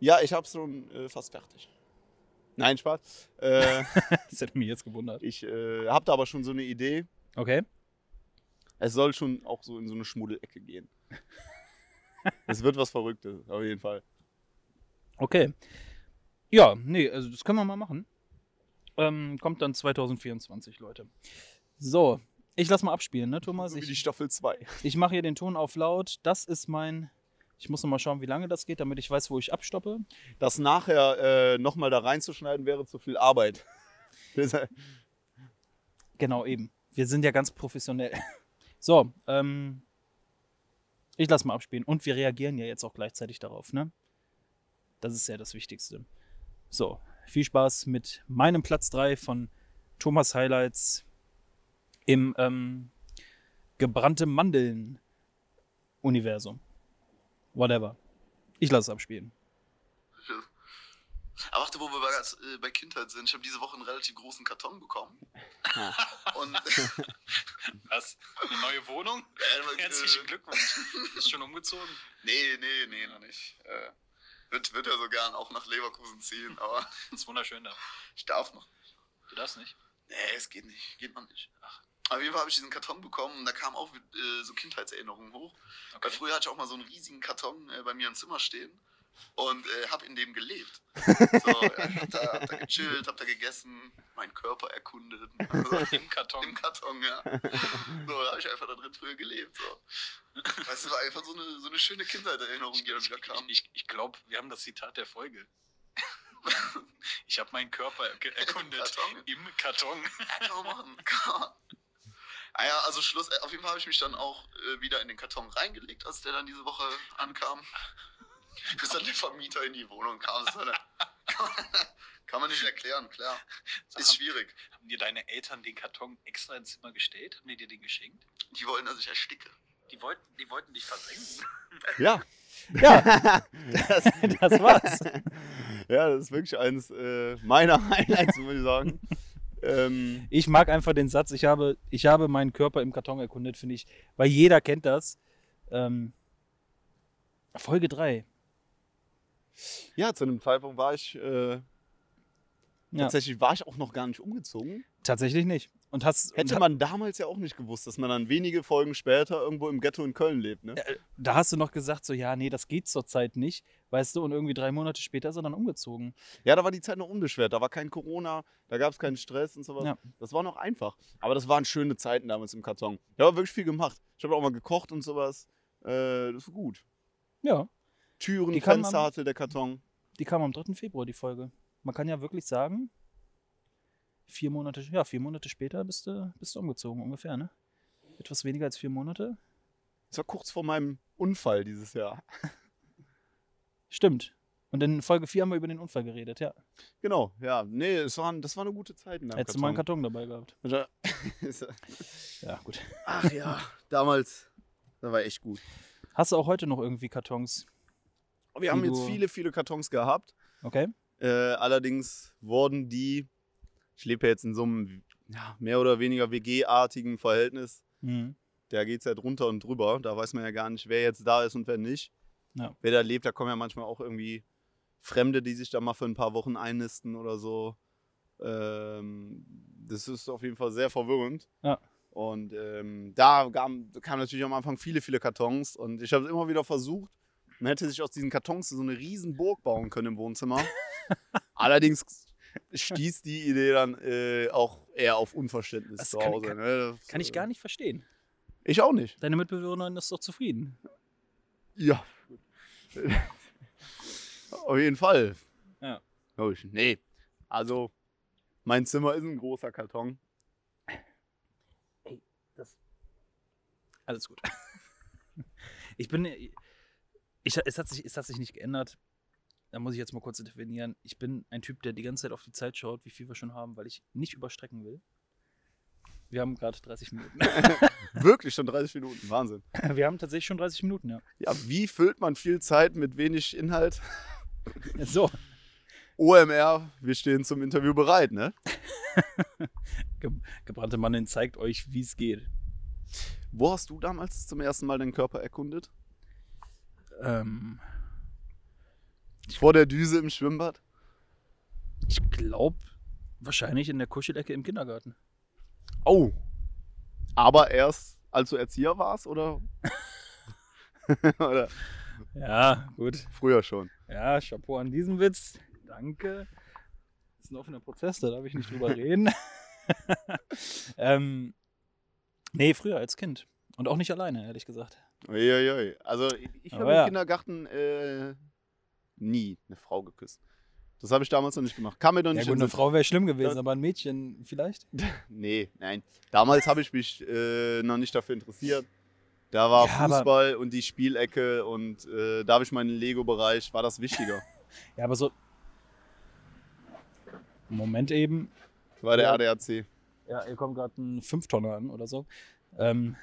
Ja, ich hab's schon äh, fast fertig. Nein, Spaß. Äh,
Das hätte mich jetzt gewundert.
ich äh, hab da aber schon so eine Idee.
Okay.
Es soll schon auch so in so eine Schmuddelecke gehen. es wird was Verrücktes, auf jeden Fall.
Okay. Ja, nee, also das können wir mal machen. Ähm, kommt dann 2024, Leute. So, Ich lass mal abspielen, ne, Thomas?
Wie
Ich,
die Staffel 2.
Ich mache hier den Ton auf laut. Das ist mein. Ich muss noch mal schauen, wie lange das geht, damit ich weiß, wo ich abstoppe.
Das nachher äh, nochmal da reinzuschneiden wäre zu viel Arbeit. Deshalb-
Genau, eben. Wir sind ja ganz professionell. So, ähm, ich lass mal abspielen. Und wir reagieren ja jetzt auch gleichzeitig darauf, ne? Das ist ja das Wichtigste. So, viel Spaß mit meinem Platz 3 von Thomas Highlights im ähm, gebrannte Mandeln-Universum. Whatever. Ich lasse es abspielen.
Aber warte, wo wir bei, ganz, äh, bei Kindheit sind, ich habe diese Woche einen relativ großen Karton bekommen.
Ah.
Und
Was? Eine neue Wohnung?
äh,
Herzlichen Glückwunsch. Ist schon umgezogen?
Nee, nee, nee, noch nicht. Äh, wird, wird ja so gern auch nach Leverkusen ziehen, aber
Ist wunderschön da.
ich darf noch.
Du darfst nicht.
Nee, es geht nicht. Geht noch nicht. Ach. Auf jeden Fall habe ich diesen Karton bekommen und da kamen auch äh, so Kindheitserinnerungen hoch. Weil früher hatte ich auch mal so einen riesigen Karton äh, bei mir im Zimmer stehen und äh, habe in dem gelebt. So, äh, hab, da, hab da gechillt, hab da gegessen, meinen Körper erkundet. Also,
Im Karton.
Im Karton, ja. So, da habe ich einfach da drin früher gelebt. So. Weißt du, war einfach so eine, so eine schöne Kindheitserinnerung, die dann wieder kam.
Ich, ich glaube, wir haben das Zitat der Folge. Ich habe meinen Körper er erkundet.
Karton.
Im Karton.
Ja, kann man machen. Kann man. Ah ja, also Schluss. äh, Auf jeden Fall habe ich mich dann auch äh, wieder in den Karton reingelegt, als der dann diese Woche ankam. Bis dann der Vermieter in die Wohnung kam. Das war dann, kann man nicht erklären, klar. Ist schwierig.
Haben dir deine Eltern den Karton extra ins Zimmer gestellt? Haben die dir den geschenkt?
Die wollten, dass ich ersticke.
Die wollten, die wollten dich versenken.
Ja.
Ja,
das,
das war's.
ja, das ist wirklich eines äh, meiner Highlights, muss ich sagen. Ähm,
Ich mag einfach den Satz, ich habe, ich habe meinen Körper im Karton erkundet, finde ich, weil jeder kennt das. Ähm, Folge 3.
ja, zu einem Zeitpunkt war ich äh,
Ja.
tatsächlich war ich auch noch gar nicht umgezogen.
Tatsächlich nicht. Und hast, und
Hätte man damals ja auch nicht gewusst, dass man dann wenige Folgen später irgendwo im Ghetto in Köln lebt, ne?
da hast du noch gesagt, so, ja, nee, das geht zurzeit nicht, weißt du, und irgendwie drei Monate später ist er dann umgezogen.
Ja, da war die Zeit noch unbeschwert. Da war kein Corona, da gab es keinen Stress und sowas.
Ja.
Das war noch einfach. Aber das waren schöne Zeiten damals im Karton. Ich habe wirklich viel gemacht. Ich habe auch mal gekocht und sowas. Äh, das war gut.
Ja,
Türen,
Die kann man-
Fenster hatte der Karton.
die kam am 3. Februar, die Folge. Man kann ja wirklich sagen, vier Monate, ja, vier Monate später bist du, bist du umgezogen, ungefähr, ne? Etwas weniger als vier Monate.
Das war kurz vor meinem Unfall dieses Jahr.
Stimmt. Und in Folge 4 haben wir über den Unfall geredet, ja.
Genau, ja. Nee, es waren, das war eine gute Zeit.
Hättest du mal einen Karton dabei gehabt.
Karton.
Ja, gut.
Ach ja, damals. Das war echt gut.
Hast du auch heute noch irgendwie Kartons?
Wir haben
Die
jetzt
du-
viele, viele Kartons gehabt.
Okay.
Äh, allerdings wurden die, ich lebe ja jetzt in so einem ja, mehr oder weniger WG-artigen Verhältnis,
Mhm.
da geht es halt runter und drüber. Da weiß man ja gar nicht, wer jetzt da ist und wer nicht.
Ja.
Wer da lebt, da kommen ja manchmal auch irgendwie Fremde, die sich da mal für ein paar Wochen einnisten oder so. Ähm, das ist auf jeden Fall sehr verwirrend.
Ja.
Und ähm, da kamen kam natürlich am Anfang viele, viele Kartons. Und ich habe es immer wieder versucht. Man hätte sich aus diesen Kartons so eine riesen Burg bauen können im Wohnzimmer. Allerdings stieß die Idee dann äh, auch eher auf Unverständnis
Das
zu
kann-
Hause.
kann-
ne? Das,
Kann ich
äh,
gar nicht verstehen.
Ich auch nicht.
Deine Mitbewohnerin ist doch zufrieden.
Ja. Auf jeden Fall.
Ja.
Glaub ich. Nee. Also, mein Zimmer ist ein großer Karton.
Alles gut. Ich bin. Ich, es, hat sich, es hat sich nicht geändert. Da muss ich jetzt mal kurz intervenieren. Ich bin ein Typ, der die ganze Zeit auf die Zeit schaut, wie viel wir schon haben, weil ich nicht überstrecken will. Wir haben gerade 30 Minuten.
Wirklich schon 30 Minuten. Wahnsinn.
Wir haben tatsächlich schon 30 Minuten, ja.
Ja, wie füllt man viel Zeit mit wenig Inhalt?
So,
OMR, wir stehen zum Interview bereit, ne?
gebrannte Mandeln zeigt euch, wie es geht.
Wo hast du damals zum ersten Mal deinen Körper erkundet?
Ähm,
Vor der Düse im Schwimmbad?
ich glaube, wahrscheinlich in der Kuschelecke im Kindergarten.
Oh. Aber erst, als du Erzieher warst, oder? oder
Ja, gut.
früher schon?
Ja, Chapeau an diesen Witz. Danke. Das ist ein offener Prozess, da darf ich nicht drüber reden. ähm, Nee, früher als Kind. Und auch nicht alleine, ehrlich gesagt.
Uiuiui. Also ich
Aber
habe
ja.
im Kindergarten äh, nie eine Frau geküsst. Das habe ich damals noch nicht gemacht. Kam mir noch
Ja
nicht
gut,
in
eine
den Sinn.
Frau wäre schlimm gewesen, aber ein Mädchen vielleicht.
Nee, nein. Damals habe ich mich äh, noch nicht dafür interessiert. Da war
Ja, aber-
Fußball und die Spielecke und äh, da habe ich meinen Lego-Bereich, war das wichtiger.
Ja, aber so. Moment eben.
Das war der
Ja.
ADAC.
Ja, hier kommt gerade ein Fünftonner an oder so. Ähm,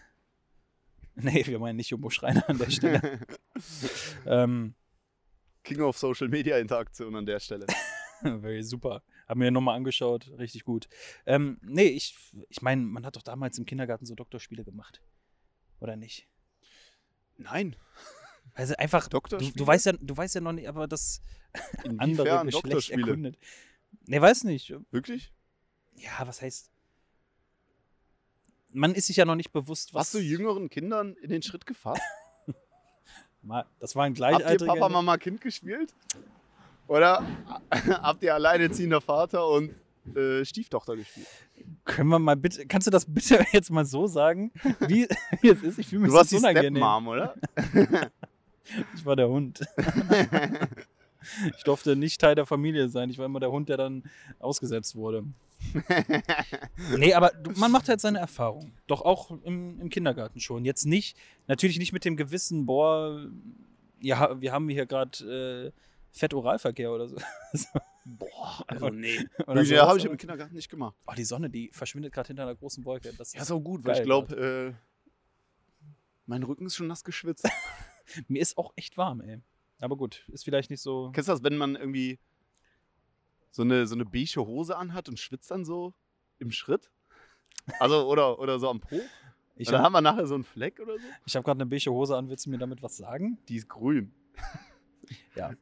nee, wir meinen nicht Jumbo Schreiner an der Stelle. ähm,
King of Social Media Interaktion an der Stelle.
Very super. Haben wir nochmal angeschaut, richtig gut. Ähm, nee, ich, ich meine, man hat doch damals im Kindergarten so Doktorspiele gemacht. Oder nicht?
Nein.
Also einfach, du,
Doktorspiele?
du, weißt ja, du weißt ja noch nicht, aber das andere
Inwiefern
Geschlecht
Doktorspiele?
erkundet. Nee, weiß nicht.
Wirklich?
Ja, was heißt. Man ist sich ja noch nicht bewusst, was.
Hast du jüngeren Kindern in den Schritt gefasst?
Ma- Das war ein
Habt ihr
gleichaltriger.
Papa, Mama, Kind gespielt? Oder habt ihr alleinerziehender Vater und äh, Stieftochter gespielt?
Können wir mal bitte. Kannst du das bitte jetzt mal so sagen, wie, wie es ist? Ich fühle mich
Du warst
so
die
unangenehm.
Stepmom, oder?
Ich war der Hund. ich durfte nicht Teil der Familie sein. Ich war immer der Hund, der dann ausgesetzt wurde. nee, aber du- man macht halt seine Erfahrung. Doch auch im, im Kindergarten schon. Jetzt nicht, natürlich nicht mit dem Gewissen, boah, ja, wir haben hier gerade äh, Fettoralverkehr oder so.
Boah, also nee.
Oder
ja,
sowas,
habe ich im
aber-
Kindergarten nicht gemacht.
Oh, die Sonne, die verschwindet gerade hinter einer großen Wolke. Das
Ja, so gut, weil
geil
ich glaube, äh, mein Rücken ist schon nass geschwitzt.
grad. Mir ist auch echt warm, ey. Aber gut, ist vielleicht nicht so.
Kennst du das, wenn man irgendwie so eine, so eine beige Hose anhat und schwitzt dann so im Schritt? Also, oder, oder so am Po?
Ich
und dann
hab-
haben wir nachher so einen Fleck oder so?
Ich habe gerade eine beige Hose an. Willst du mir damit was sagen?
Die ist grün.
Ja.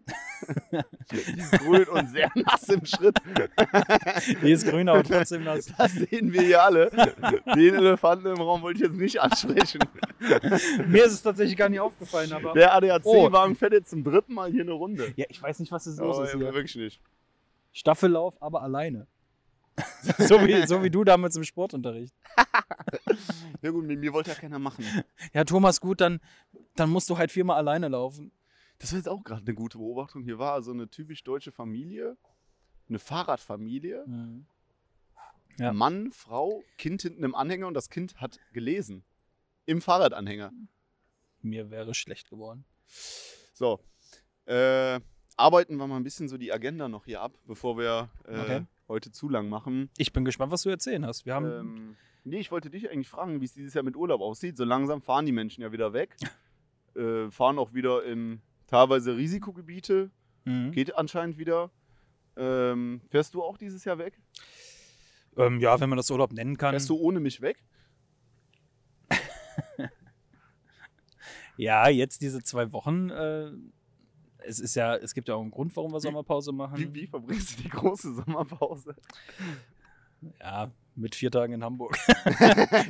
Die ist grün und sehr nass im Schritt.
Die ist grün, aber trotzdem nass.
Das sehen wir hier alle. Den Elefanten im Raum wollte ich jetzt nicht ansprechen.
Mir ist es tatsächlich gar nicht aufgefallen, aber.
Der ADAC
Oh.
wagen fährt jetzt zum dritten Mal hier eine Runde.
Ja, ich weiß nicht, was es los
Aber
ist hier.
Wirklich nicht.
Staffellauf, aber alleine. so, wie, so wie du damals im Sportunterricht.
Ja gut, mit mir wollte ja keiner machen.
Ja, Thomas, gut, dann, dann musst du halt viermal alleine laufen.
Das war jetzt auch gerade eine gute Beobachtung. Hier war so eine typisch deutsche Familie, eine Fahrradfamilie.
Mhm. Ja.
Mann, Frau, Kind hinten im Anhänger und das Kind hat gelesen. Im Fahrradanhänger.
Mir wäre schlecht geworden.
So. Äh, arbeiten wir mal ein bisschen so die Agenda noch hier ab, bevor wir äh,
Okay.
heute zu lang machen.
Ich bin gespannt, was du erzählen hast. Wir haben.
Ähm, nee, ich wollte dich eigentlich fragen, wie es dieses Jahr mit Urlaub aussieht. So langsam fahren die Menschen ja wieder weg. äh, fahren auch wieder in teilweise Risikogebiete.
Mhm.
Geht anscheinend wieder. Ähm, fährst du auch dieses Jahr weg?
Ähm, ja, wenn man das Urlaub nennen kann.
Fährst du ohne mich weg?
Ja, jetzt diese zwei Wochen. Äh, es ist ja, es gibt ja auch einen Grund, warum wir Sommerpause machen.
Wie, wie verbringst du die große Sommerpause?
Ja, mit vier Tagen in Hamburg.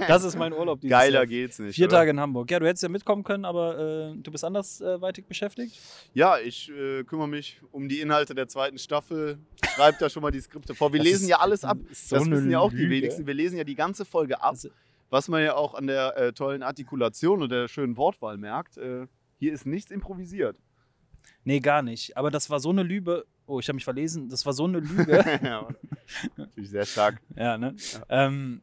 das ist mein Urlaub dieses
Geiler
Jahr.
geht's nicht.
Vier
oder?
Tage in Hamburg. Ja, du hättest ja mitkommen können, aber äh, du bist andersweitig beschäftigt.
Ja, ich äh, kümmere mich um die Inhalte der zweiten Staffel. Schreibt da schon mal die Skripte vor. Wir
Das
lesen
ist
ja alles ab.
so
das
eine
wissen ja auch die
Lüge.
wenigsten. Wir lesen ja die ganze Folge ab.
Also-
Was man ja auch an der äh, tollen Artikulation und der schönen Wortwahl merkt. Äh, hier ist nichts improvisiert.
Nee, gar nicht. Aber das war so eine Lüge. Oh, ich habe mich verlesen. Das war so eine Lüge.
Ja, Natürlich sehr stark.
ja, ne? Ähm,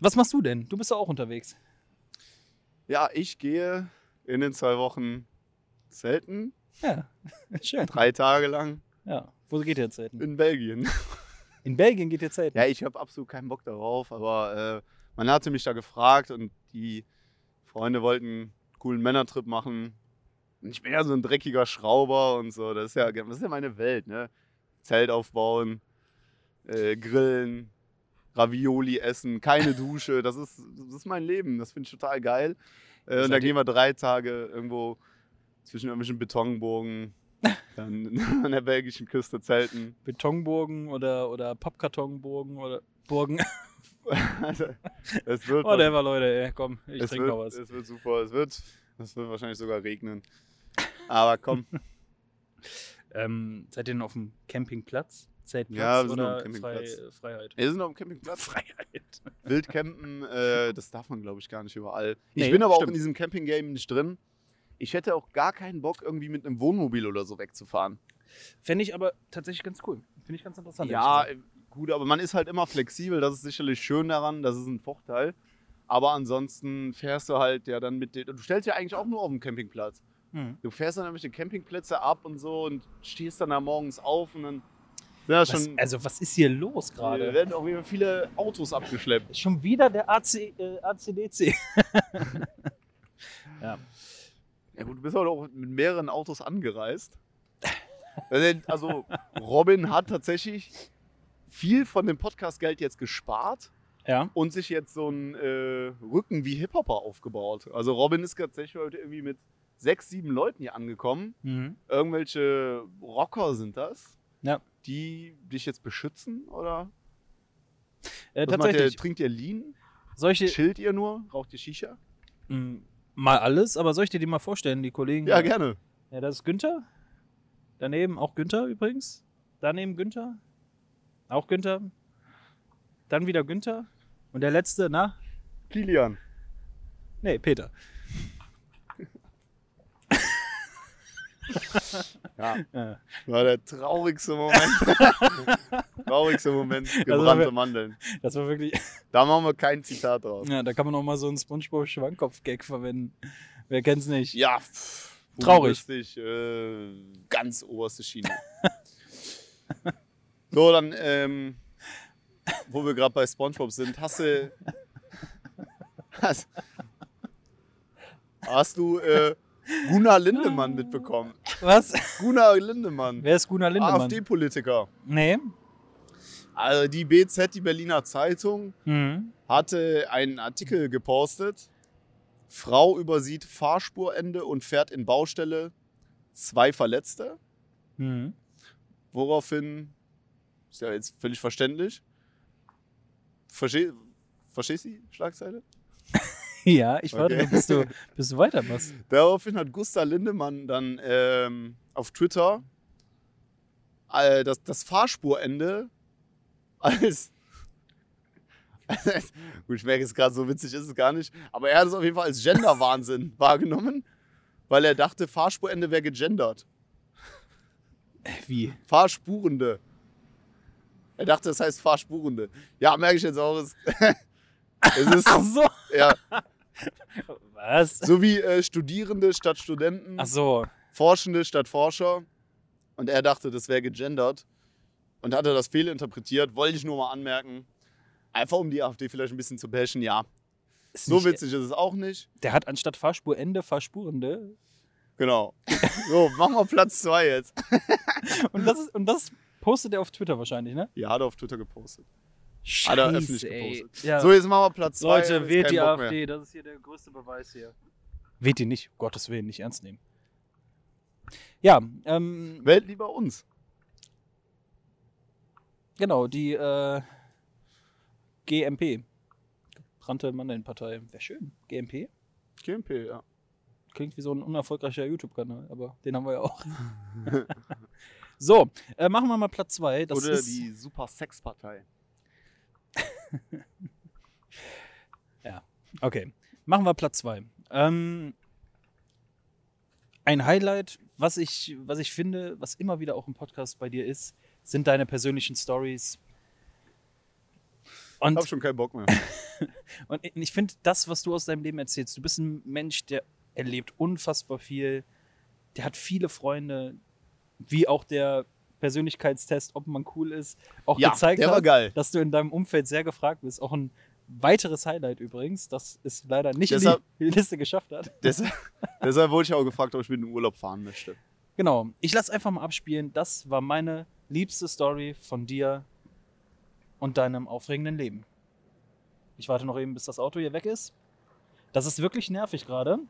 was machst du denn? Du bist ja auch unterwegs.
Ja, ich gehe in den zwei Wochen zelten.
Ja, schön.
Drei Tage lang
Ja. Wo geht ihr zelten?
in Belgien.
In Belgien geht ihr zelten.
Ja, ich habe absolut keinen Bock darauf, aber äh, man hatte mich da gefragt und die Freunde wollten einen coolen Männertrip machen. Und ich bin ja so ein dreckiger Schrauber und so. Das ist ja, das ist ja meine Welt, ne? Zelt aufbauen, äh, grillen, Ravioli essen, keine Dusche. Das ist, das ist mein Leben. Das finde ich total geil. Äh, und da gehen wir drei Tage irgendwo zwischen irgendwelchen Betonburgen, dann an der belgischen Küste zelten.
Betonburgen oder, oder Pappkartonburgen oder Burgen.
Also, es wird was-
Whatever, Leute. Ey, komm, ich
es
trinke
wird,
noch was.
Es wird super, es wird, es wird wahrscheinlich sogar regnen. Aber komm,
Ähm, seid ihr denn auf dem Campingplatz? Zählt Platz
Ja, wir sind auf
oder
dem
frei,
Campingplatz.
Freiheit?
Wir sind auf dem Campingplatz.
Freiheit.
Wildcampen, äh, das darf man, glaube ich, gar nicht überall.
Nee,
ich bin aber auch in
stimmt.
diesem Camping-Game nicht drin. Ich hätte auch gar keinen Bock, irgendwie mit einem Wohnmobil oder so wegzufahren.
Fände ich aber tatsächlich ganz cool. Finde ich ganz interessant.
Ja,
ehrlich
äh, gut, aber man ist halt immer flexibel. Das ist sicherlich schön daran. Das ist ein Vorteil. Aber ansonsten fährst du halt ja dann mit den. Du stellst ja eigentlich auch nur auf dem Campingplatz.
Mhm.
Du fährst dann nämlich die Campingplätze ab und so und stehst dann da morgens auf und dann sind das
gesagt.
schon.
was, also, was ist hier los
Da
gerade?
werden auch wieder viele Autos abgeschleppt.
Schon wieder der AC, äh, ACDC. ja.
Ja gut, du bist halt auch mit mehreren Autos angereist. Also, Also Robin hat tatsächlich viel von dem Podcast-Geld jetzt gespart
ja.
und sich jetzt so einen äh, Rücken wie Hip-Hopper aufgebaut. Also Robin ist tatsächlich heute irgendwie mit sechs, sieben Leuten hier angekommen.
Mhm.
Irgendwelche Rocker sind das,
Ja.
die dich jetzt beschützen oder?
Äh,
Was macht ihr?
tatsächlich,
trinkt ihr Lean?
solche,
Chillt ihr nur? Raucht ihr Shisha?
mh, hm, mal alles, aber soll ich dir die mal vorstellen, die Kollegen?
Ja, gerne.
Ja, das ist Günther. Daneben auch Günther übrigens. Daneben Günther. Auch Günther. Dann wieder Günther. Und der letzte, na?
Kilian.
Nee, Peter.
Ja.
Ja.
War der traurigste Moment. traurigste Moment.
war
Gebrannte
mir-
Mandeln.
Das war wirklich.
Da machen wir kein Zitat draus.
Ja, da kann man auch mal so einen Spongebob-Schwankkopf-Gag verwenden. Wer kennt's nicht?
Ja, pff,
Traurig.
humoristisch, Äh, ganz oberste Schiene. so, dann, ähm, wo wir gerade bei Spongebob sind, hast du. Hast, hast du äh, Gunnar Lindemann mitbekommen?
Was?
Gunnar Lindemann.
Wer ist Gunnar Lindemann?
AfD-Politiker.
Nee.
Also die BZ, die Berliner Zeitung,
Mhm.
hatte einen Artikel gepostet. Frau übersieht Fahrspurende und fährt in Baustelle. Zwei Verletzte.
Mhm.
Woraufhin, ist ja jetzt völlig verständlich. Versteh, verstehst du die Schlagzeile?
Ja, ich warte,
Okay.
noch, bis, du, bis du weitermachst.
Daraufhin hat Gustav Lindemann dann ähm, auf Twitter äh, das, das Fahrspurende als. Gut, ich merke es gerade, so witzig ist es gar nicht. Aber er hat es auf jeden Fall als Genderwahnsinn wahrgenommen, weil er dachte, Fahrspurende wäre gegendert.
Wie?
Fahrspurende. Er dachte, das heißt Fahrspurende. Ja, merke ich jetzt auch. Es, es ist.
Ach so.
Ja,
Was?
so wie äh, Studierende statt Studenten.
Ach so.
Forschende statt Forscher. Und er dachte, das wäre gegendert. Und hatte das fehlinterpretiert. Wollte ich nur mal anmerken. Einfach um die AfD vielleicht ein bisschen zu bashen, ja.
Ist
So
nicht-
witzig ist es auch nicht.
Der hat anstatt Fahrspurende Fahrspurende.
Genau. So, machen wir Platz zwei jetzt.
Und das, ist, und das postet er auf Twitter wahrscheinlich, ne?
Ja, hat er auf Twitter gepostet.
Scheiße,
Hat er öffentlich gepostet.
Ja.
So, jetzt machen wir Platz zwei.
Leute,
Ist
wählt
kein
die
Bock mehr.
AfD. Das ist hier der größte Beweis hier. Wählt die nicht. Um Gottes Willen, nicht ernst nehmen. Ja, ähm,
Wählt lieber uns.
genau, die äh, GMP. Brannte Mandelnpartei. Wäre schön. GMP?
KMP, ja.
Klingt wie so ein unerfolgreicher YouTube-Kanal, aber den haben wir ja auch. so, äh, machen wir mal Platz 2.
Oder die Super Sex-Partei.
Okay, machen wir Platz 2. Ähm, ein Highlight, was ich, was ich finde, was immer wieder auch im Podcast bei dir ist, sind deine persönlichen Stories. Und,
Hab schon keinen Bock mehr.
und ich finde das, was du aus deinem Leben erzählst, du bist ein Mensch, der erlebt unfassbar viel, der hat viele Freunde, wie auch der Persönlichkeitstest, ob man cool ist, auch
ja,
gezeigt
der
hat
war geil.
dass du in deinem Umfeld sehr gefragt bist. Auch ein weiteres Highlight übrigens, das es leider nicht
Deshalb-
in die Liste geschafft hat.
Deshalb, deshalb wurde ich auch gefragt, ob ich mit in den Urlaub fahren möchte.
Genau, ich lasse einfach mal abspielen. Das war meine liebste Story von dir und deinem aufregenden Leben. Ich warte noch eben, bis das Auto hier weg ist. Das ist wirklich nervig gerade.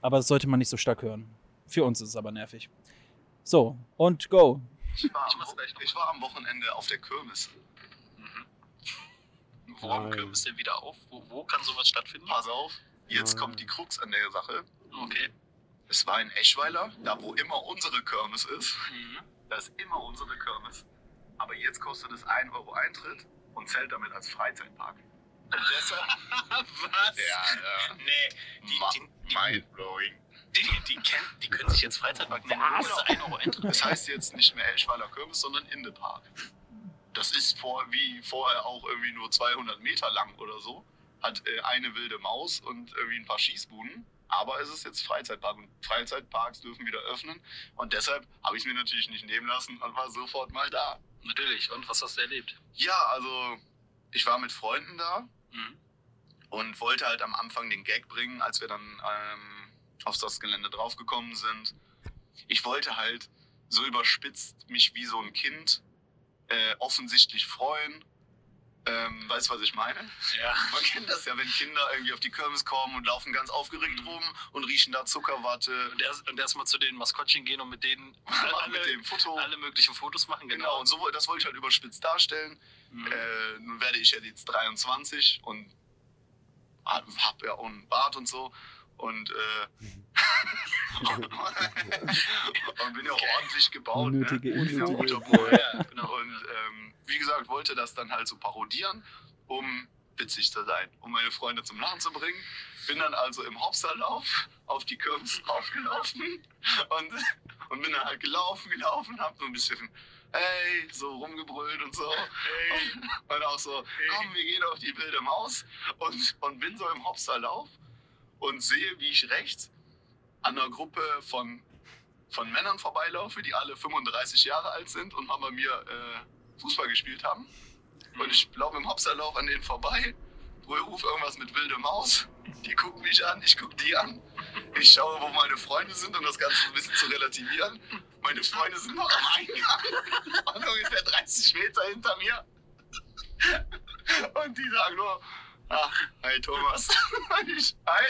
Aber das sollte man nicht so stark hören. Für uns ist es aber nervig. So, und go.
Ich war, am, Wo- ich war am Wochenende auf der Kirmes.
Warum Mhm. Kirmes denn wieder auf? Wo, wo kann sowas stattfinden?
Pass auf, jetzt kommt die Krux an der Sache.
Okay. Mhm.
Es war in Eschweiler, da wo immer unsere Kirmes ist. Das ist immer unsere Kirmes. Aber jetzt kostet es 1 Euro Eintritt und zählt damit als Freizeitpark. Und deshalb.
Was?
Ja, ja.
Nee, die, die,
Mindblowing.
die, die, kennen- die können sich jetzt Freizeitpark nennen. Ohne 1 Euro Eintritt.
Das heißt jetzt nicht mehr Elschweiler Kirmes, sondern Indepark. Das ist vor, wie vorher auch irgendwie nur 200 Meter lang oder so. Hat äh, eine wilde Maus und irgendwie ein paar Schießbuden. Aber es ist jetzt Freizeitpark und Freizeitparks dürfen wieder öffnen. Und deshalb habe ich es mir natürlich nicht nehmen lassen und war sofort mal da.
Natürlich. Und was hast du erlebt?
Ja, also ich war mit Freunden da
Mhm.
und wollte halt am Anfang den Gag bringen, als wir dann ähm, auf das Gelände draufgekommen sind. Ich wollte halt so überspitzt mich wie so ein Kind äh, offensichtlich freuen. Ähm, weißt du, was ich meine?
Ja.
Man kennt das ja, wenn Kinder irgendwie auf die Kirmes kommen und laufen ganz aufgeregt rum und riechen da Zuckerwatte.
Mhm. Und erst, und erst mal zu den Maskottchen gehen und mit denen
Machen
alle,
mit dem Foto.
alle möglichen Fotos machen.
Genau,
Genau.
und so, das wollte ich halt überspitzt darstellen.
Mhm.
Äh, nun werde ich ja jetzt 23 und habe ja auch einen Bart und so. Und, äh, und bin ja auch ordentlich gebaut.
Unnötige
ne?
Genau.
Und bin ja ein
Info.
guter Boy.
Ja, genau.
Und ähm, wie gesagt, wollte das dann halt so parodieren, um witzig zu sein, um meine Freunde zum Lachen zu bringen. Bin dann also im Hopserlauf auf die Kirmes aufgelaufen und, und bin dann halt gelaufen, gelaufen, hab so ein bisschen hey, so rumgebrüllt und so. Und, und auch so, komm, wir gehen auf die wilde Maus. Und, und bin so im Hopserlauf und sehe, wie ich rechts an einer Gruppe von, von Männern vorbeilaufe, die alle 35 Jahre alt sind und mal bei mir äh, Fußball gespielt haben. Und ich laufe im Hopserlauf an denen vorbei, rufe irgendwas mit wilde Maus. Die gucken mich an, ich gucke die an. Ich schaue, wo meine Freunde sind, um das Ganze ein bisschen zu relativieren. Meine Freunde sind noch am Eingang und ungefähr 30 Meter hinter mir. Und die sagen nur, ach, hi Thomas. Und ich, hi.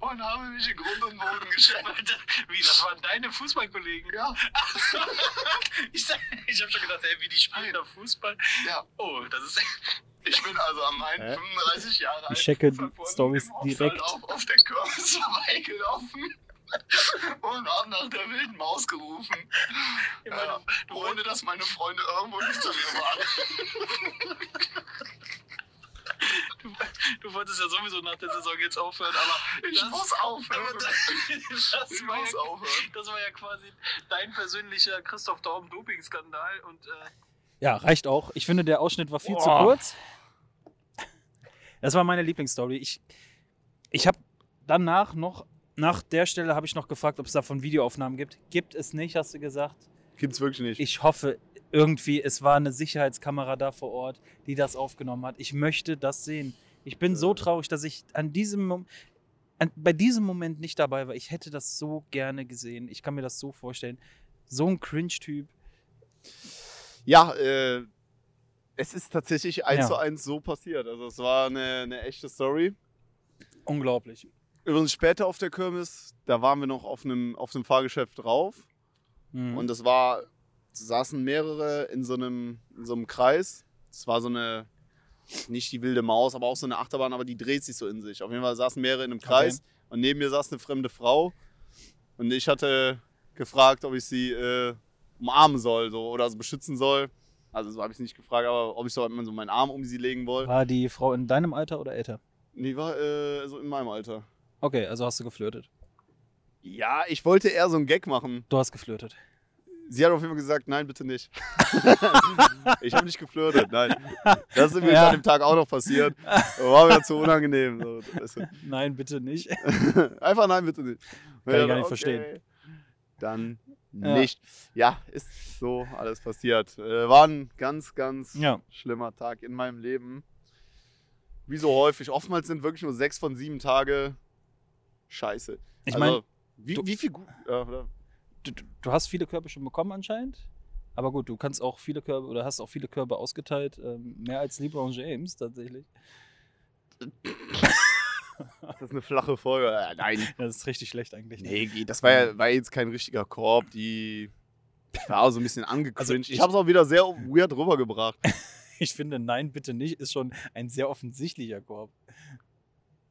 Und habe mich in Grund und Boden geschämt.
Wie, das waren deine Fußballkollegen?
Ja,
Ich, ich habe schon gedacht, ey, wie die spielen da Fußball.
ja.
Oh, das ist.
Ich bin also am Main
Hä?
35 Jahre alt.
Ich checke die
verbunden
Storys
im
direkt.
Auf, auf der Kirmes vorbeigelaufen und haben nach der wilden Maus gerufen.
Ich meine,
ja, ohne dass meine Freunde irgendwo nicht zu mir waren.
Du, du wolltest ja sowieso nach der Saison jetzt aufhören, aber
Ich
das,
muss
aber
aufhören.
das, das,
Ich
war
muss
ja,
aufhören.
das war ja quasi dein persönlicher Christoph Daum Doping-Skandal und äh,
Ja, reicht auch. Ich finde, der Ausschnitt war viel zu
Boah.
kurz. Das war meine Lieblingsstory. Ich, ich habe danach noch, nach der Stelle habe ich noch gefragt, ob es davon Videoaufnahmen gibt. Gibt es nicht, hast du gesagt.
Gibt's wirklich nicht.
Ich hoffe irgendwie, es war eine Sicherheitskamera da vor Ort, die das aufgenommen hat. Ich möchte das sehen. Ich bin so traurig, dass ich an diesem Mom- an, bei diesem Moment nicht dabei war. Ich hätte das so gerne gesehen. Ich kann mir das so vorstellen. So ein Cringe-Typ.
Ja, äh, es ist tatsächlich eins
Ja.
zu eins so passiert. Also es war eine, eine echte Story.
Unglaublich.
Übrigens später auf der Kirmes, da waren wir noch auf einem, auf einem Fahrgeschäft drauf.
Mhm.
Und es war, saßen mehrere in so einem, in so einem Kreis. Es war so eine, nicht die wilde Maus, aber auch so eine Achterbahn, aber die dreht sich so in sich. Auf jeden Fall saßen mehrere in einem Kreis und neben mir saß eine fremde Frau. Und ich hatte gefragt, ob ich sie äh, umarmen soll so, oder so beschützen soll. Also so habe ich es nicht gefragt, aber ob ich so, so meinen Arm um sie legen wollte.
War die Frau in deinem Alter oder älter?
Nee, war äh, so in meinem Alter.
Okay, also hast du geflirtet.
Ja, ich wollte eher so einen Gag machen.
Du hast geflirtet.
Sie hat auf jeden Fall gesagt, nein, bitte nicht. ich habe nicht geflirtet, nein. Das ist mir
Ja.
an dem Tag auch noch passiert. War mir zu unangenehm. So, weißt
Nein, bitte nicht.
du. Einfach nein, bitte nicht. Und
Kann ich
dann,
gar nicht verstehen.
Dann
Ja.
nicht. Ja, ist so alles passiert. Äh, War ein ganz, ganz
Ja.
schlimmer Tag in meinem Leben. Wie so häufig. Oftmals sind wirklich nur sechs von sieben Tage scheiße.
Ich
Also,
meine,
wie,
du-
wie viel gut. Ja, oder?
du, du- du hast viele Körbe schon bekommen anscheinend. Aber gut, du kannst auch viele Körbe oder hast auch viele Körbe ausgeteilt. Ähm, mehr als LeBron James tatsächlich.
Das ist eine flache Folge. Äh, Nein.
Das ist richtig schlecht eigentlich.
Nee, geht. das war
Ähm.
ja war jetzt kein richtiger Korb, die ich war auch so ein bisschen angecringed.
Also ich-
ich habe es auch wieder sehr weird rübergebracht.
Ich finde, nein, bitte nicht ist schon ein sehr offensichtlicher Korb.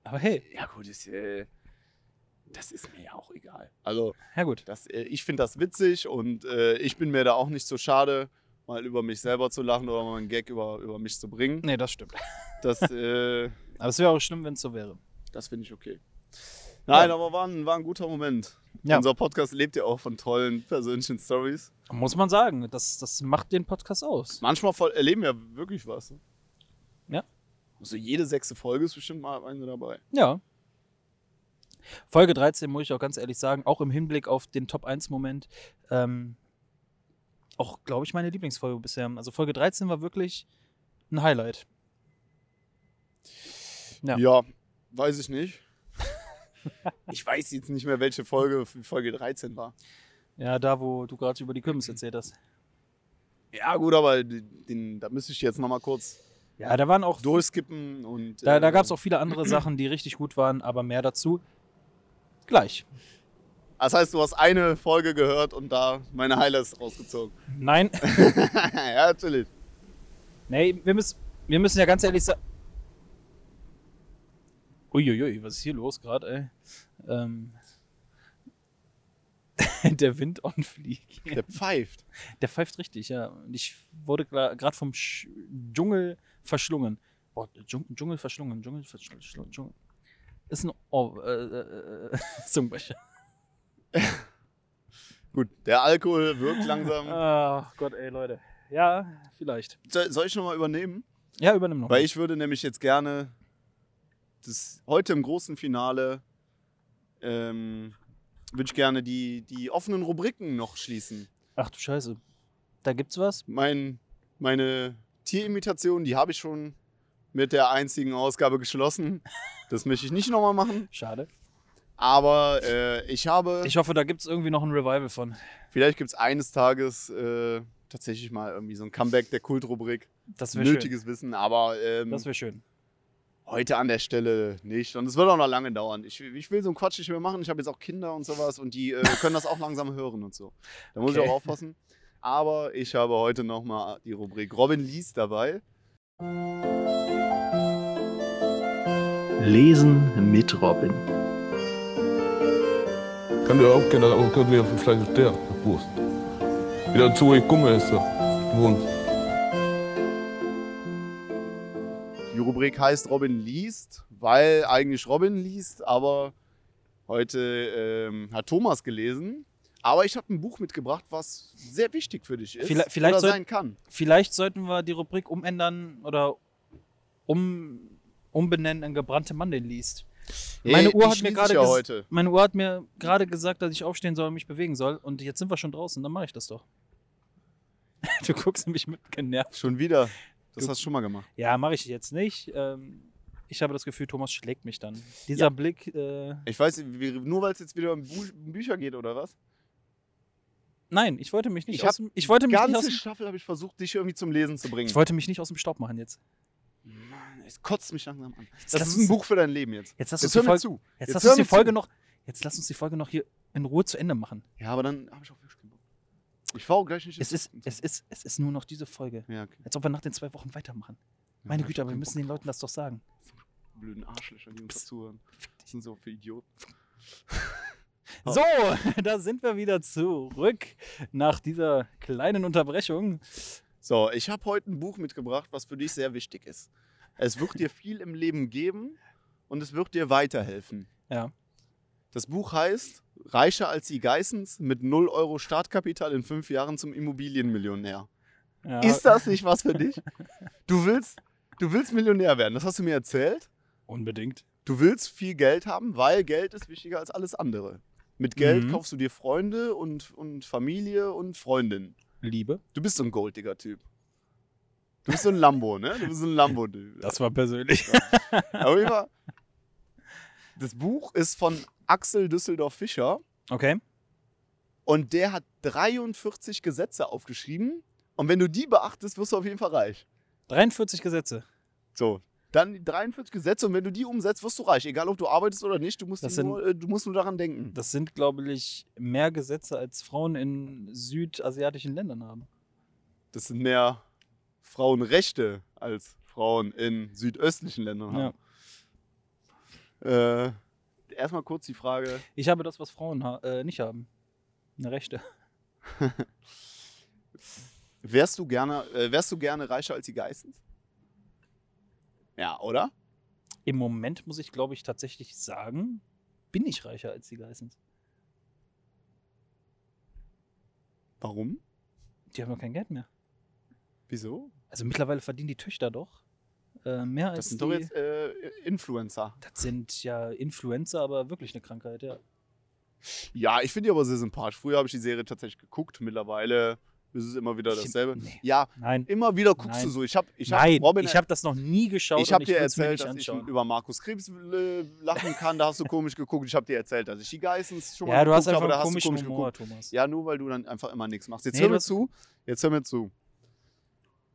Aber hey,
Ja gut, ist, äh,
Das ist mir ja auch egal.
Also,
ja, gut.
Das, äh, ich finde das witzig und äh, ich bin mir da auch nicht so schade, mal über mich selber zu lachen oder mal einen Gag über, über mich zu bringen.
Nee, das stimmt.
Das, äh,
Aber es wäre auch schlimm, wenn es so wäre.
das finde ich okay. Nein, aber war ein, war ein guter Moment.
Ja.
Unser Podcast lebt ja auch von tollen persönlichen Stories.
Muss man sagen, das, das macht den Podcast aus.
Manchmal voll, erleben wir wirklich was. ne?
Ja.
Also jede sechste Folge ist bestimmt mal eine dabei.
Ja. Folge 13 muss ich auch ganz ehrlich sagen, auch im Hinblick auf den Top 1-Moment, ähm, auch, glaube ich, meine Lieblingsfolge bisher. Also Folge 13 war wirklich ein Highlight. Ja.
ja, weiß ich nicht. ich weiß jetzt nicht mehr, welche Folge Folge 13 war.
Ja, da, wo du gerade über die Kürbis erzählt hast.
Ja, gut, aber den, da müsste ich jetzt nochmal kurz
Ja, da waren auch
durchskippen und.
Da, da
äh,
gab es auch viele andere Sachen, die richtig gut waren, aber mehr dazu gleich.
Das heißt, du hast eine Folge gehört und da meine Highlights rausgezogen.
Nein,
ja, natürlich.
nee, wir müssen, wir müssen ja ganz ehrlich sagen. Uiuiui, was ist hier los gerade, ey? Ähm, der Wind on Flieg.
Der pfeift.
Der pfeift richtig, ja. Und ich wurde gerade vom Sch Dschungel verschlungen. Boah, Dschung Dschungel verschlungen, Dschungel verschlungen. Dschungel. Ist ein oh, äh, äh, äh, Zungenbrecher.
Gut, der Alkohol wirkt langsam.
Ach Gott, ey, Leute. Ja, vielleicht.
So- Soll ich nochmal übernehmen?
Ja, übernimm noch.
Weil ich würde nämlich jetzt gerne das heute im großen Finale ähm, würde ich gerne die, die offenen Rubriken noch schließen.
Ach du Scheiße. Da gibt's was?
Mein, meine Tierimitation, die habe ich schon mit der einzigen Ausgabe geschlossen. Das möchte ich nicht nochmal machen.
Schade.
Aber äh, ich habe.
Ich hoffe, da gibt's irgendwie noch ein Revival von.
Vielleicht gibt es eines Tages äh, tatsächlich mal irgendwie so ein Comeback der Kultrubrik.
Das wäre schön.
Nötiges Wissen, aber ähm,
Das wäre schön.
heute an der Stelle nicht. Und es wird auch noch lange dauern. Ich, ich will so einen Quatsch nicht mehr machen. Ich habe jetzt auch Kinder und sowas und die äh, können das auch langsam hören und so. Da muss
Okay.
ich auch aufpassen. Aber ich habe heute nochmal die Rubrik Robin liest dabei.
Lesen mit Robin.
Kann dir auch gerne auch können wir vielleicht sterben, Wurst. Wieder zu ich komme ist Wurst.
Die Rubrik heißt Robin liest, weil eigentlich Robin liest, aber heute ähm, hat Thomas gelesen. Aber ich habe ein Buch mitgebracht, was sehr wichtig für dich ist
Vielleicht- vielleicht
oder
soll-
sein kann.
Vielleicht sollten wir die Rubrik umändern oder um, umbenennen in gebrannte Mandeln liest. Meine
Ey,
Uhr
die
hat mir
schließe
gerade
ich ja
ges-
heute.
Meine Uhr hat mir gerade gesagt, dass ich aufstehen soll und mich bewegen soll. Und jetzt sind wir schon draußen, dann mache ich das doch. Du guckst mich mit genervt.
Schon wieder. Das
Du-
hast du schon mal gemacht.
Ja, mache ich jetzt nicht. Ähm, ich habe das Gefühl, Thomas schlägt mich dann. Dieser Blick. Äh,
Ich weiß, nicht, wie- nur weil es jetzt wieder um Bü Bücher geht oder was?
nein, ich wollte mich nicht
Ich hab
aus dem. Ich wollte
Die
mich nicht aus
ganze
dem
Staffel habe ich versucht, dich irgendwie zum Lesen zu bringen.
Ich wollte mich nicht aus dem Staub machen jetzt.
Mann, es kotzt mich langsam an.
Jetzt
Das
lass
ist
uns-
ein Buch für dein Leben jetzt.
Jetzt lass uns
Jetzt
die
hör mir
Folge,
zu.
jetzt
Jetzt
lass
hör
uns die
mir zu.
Folge noch. Jetzt lass uns die Folge noch hier in Ruhe zu Ende machen.
Ja, aber dann habe ich auch wirklich keinen Bock. Ich fahre auch gleich nicht
Es ist, es ist, es ist nur noch diese Folge.
Ja, okay.
Als ob wir nach den zwei Wochen weitermachen. Meine Güte, aber wir müssen den Leuten das doch sagen.
Blöden Arschlöcher, die uns da zuhören. Das sind so viele Idioten. Oh.
So, da sind wir wieder zurück nach dieser kleinen Unterbrechung.
So, ich habe heute ein Buch mitgebracht, was für dich sehr wichtig ist. Es wird dir viel im Leben geben und es wird dir weiterhelfen.
Ja.
Das Buch heißt Reicher als die Geissens mit 0 Euro Startkapital in fünf Jahren zum Immobilienmillionär.
Ja,
Ist das nicht was für dich? Du willst, du willst Millionär werden, das hast du mir erzählt.
unbedingt.
Du willst viel Geld haben, weil Geld ist wichtiger als alles andere. Mit Geld
Mhm.
kaufst du dir Freunde und, und Familie und Freundinnen.
Liebe.
Du bist so ein Golddigger-Typ. Du bist so ein Lambo, ne? Du bist so ein Lambo-Typ.
Das war persönlich.
Auf jeden Fall. Das Buch ist von Axel Düsseldorf Fischer
Okay.
und der hat 43 Gesetze aufgeschrieben. Und wenn du die beachtest, wirst du auf jeden Fall reich.
43 Gesetze.
So. Dann die 43 Gesetze und wenn du die umsetzt, wirst du reich. Egal, ob du arbeitest oder nicht, du musst,
Das
die
sind-
nur, äh, du musst nur daran denken.
Das sind, glaube ich, mehr Gesetze als Frauen in südasiatischen Ländern haben.
Das sind mehr Frauenrechte als Frauen in südöstlichen Ländern haben. Äh, erstmal kurz die Frage.
Ich habe das, was Frauen ha äh, nicht haben. Eine Rechte.
Wärst du gerne, äh, wärst du gerne reicher als die Geistens? Ja, oder?
Im Moment muss ich, glaube ich, tatsächlich sagen, bin ich reicher als die Geissens.
Warum?
Die haben ja kein Geld mehr.
Wieso?
Also mittlerweile verdienen die Töchter doch äh, mehr als
Das sind
die.
doch jetzt äh, Influencer.
das sind ja Influencer, aber wirklich eine Krankheit, ja.
Ja, ich finde die aber sehr sympathisch. Früher habe ich die Serie tatsächlich geguckt. Mittlerweile ist es immer wieder dasselbe. Ja,
Nein.
immer wieder guckst
Nein.
du so. Ich habe ich hab
Nein,
Robin
ich habe das noch nie geschaut.
Ich habe
und
dir
will's mir
erzählt,
nicht
dass ich
anschauen.
über Markus Krebs äh, lachen kann. Da hast du komisch geguckt. Ich habe dir erzählt, dass ich die Geissens schon mal
Ja, du
geguckt
hast einfach
habe. Da
einen
hast du
komischen
komisch
Humor,
geguckt.
Thomas.
Ja, nur weil du dann einfach immer nichts machst. Jetzt
Nee,
hör
du
mir
hast-
zu. Jetzt hör mir zu.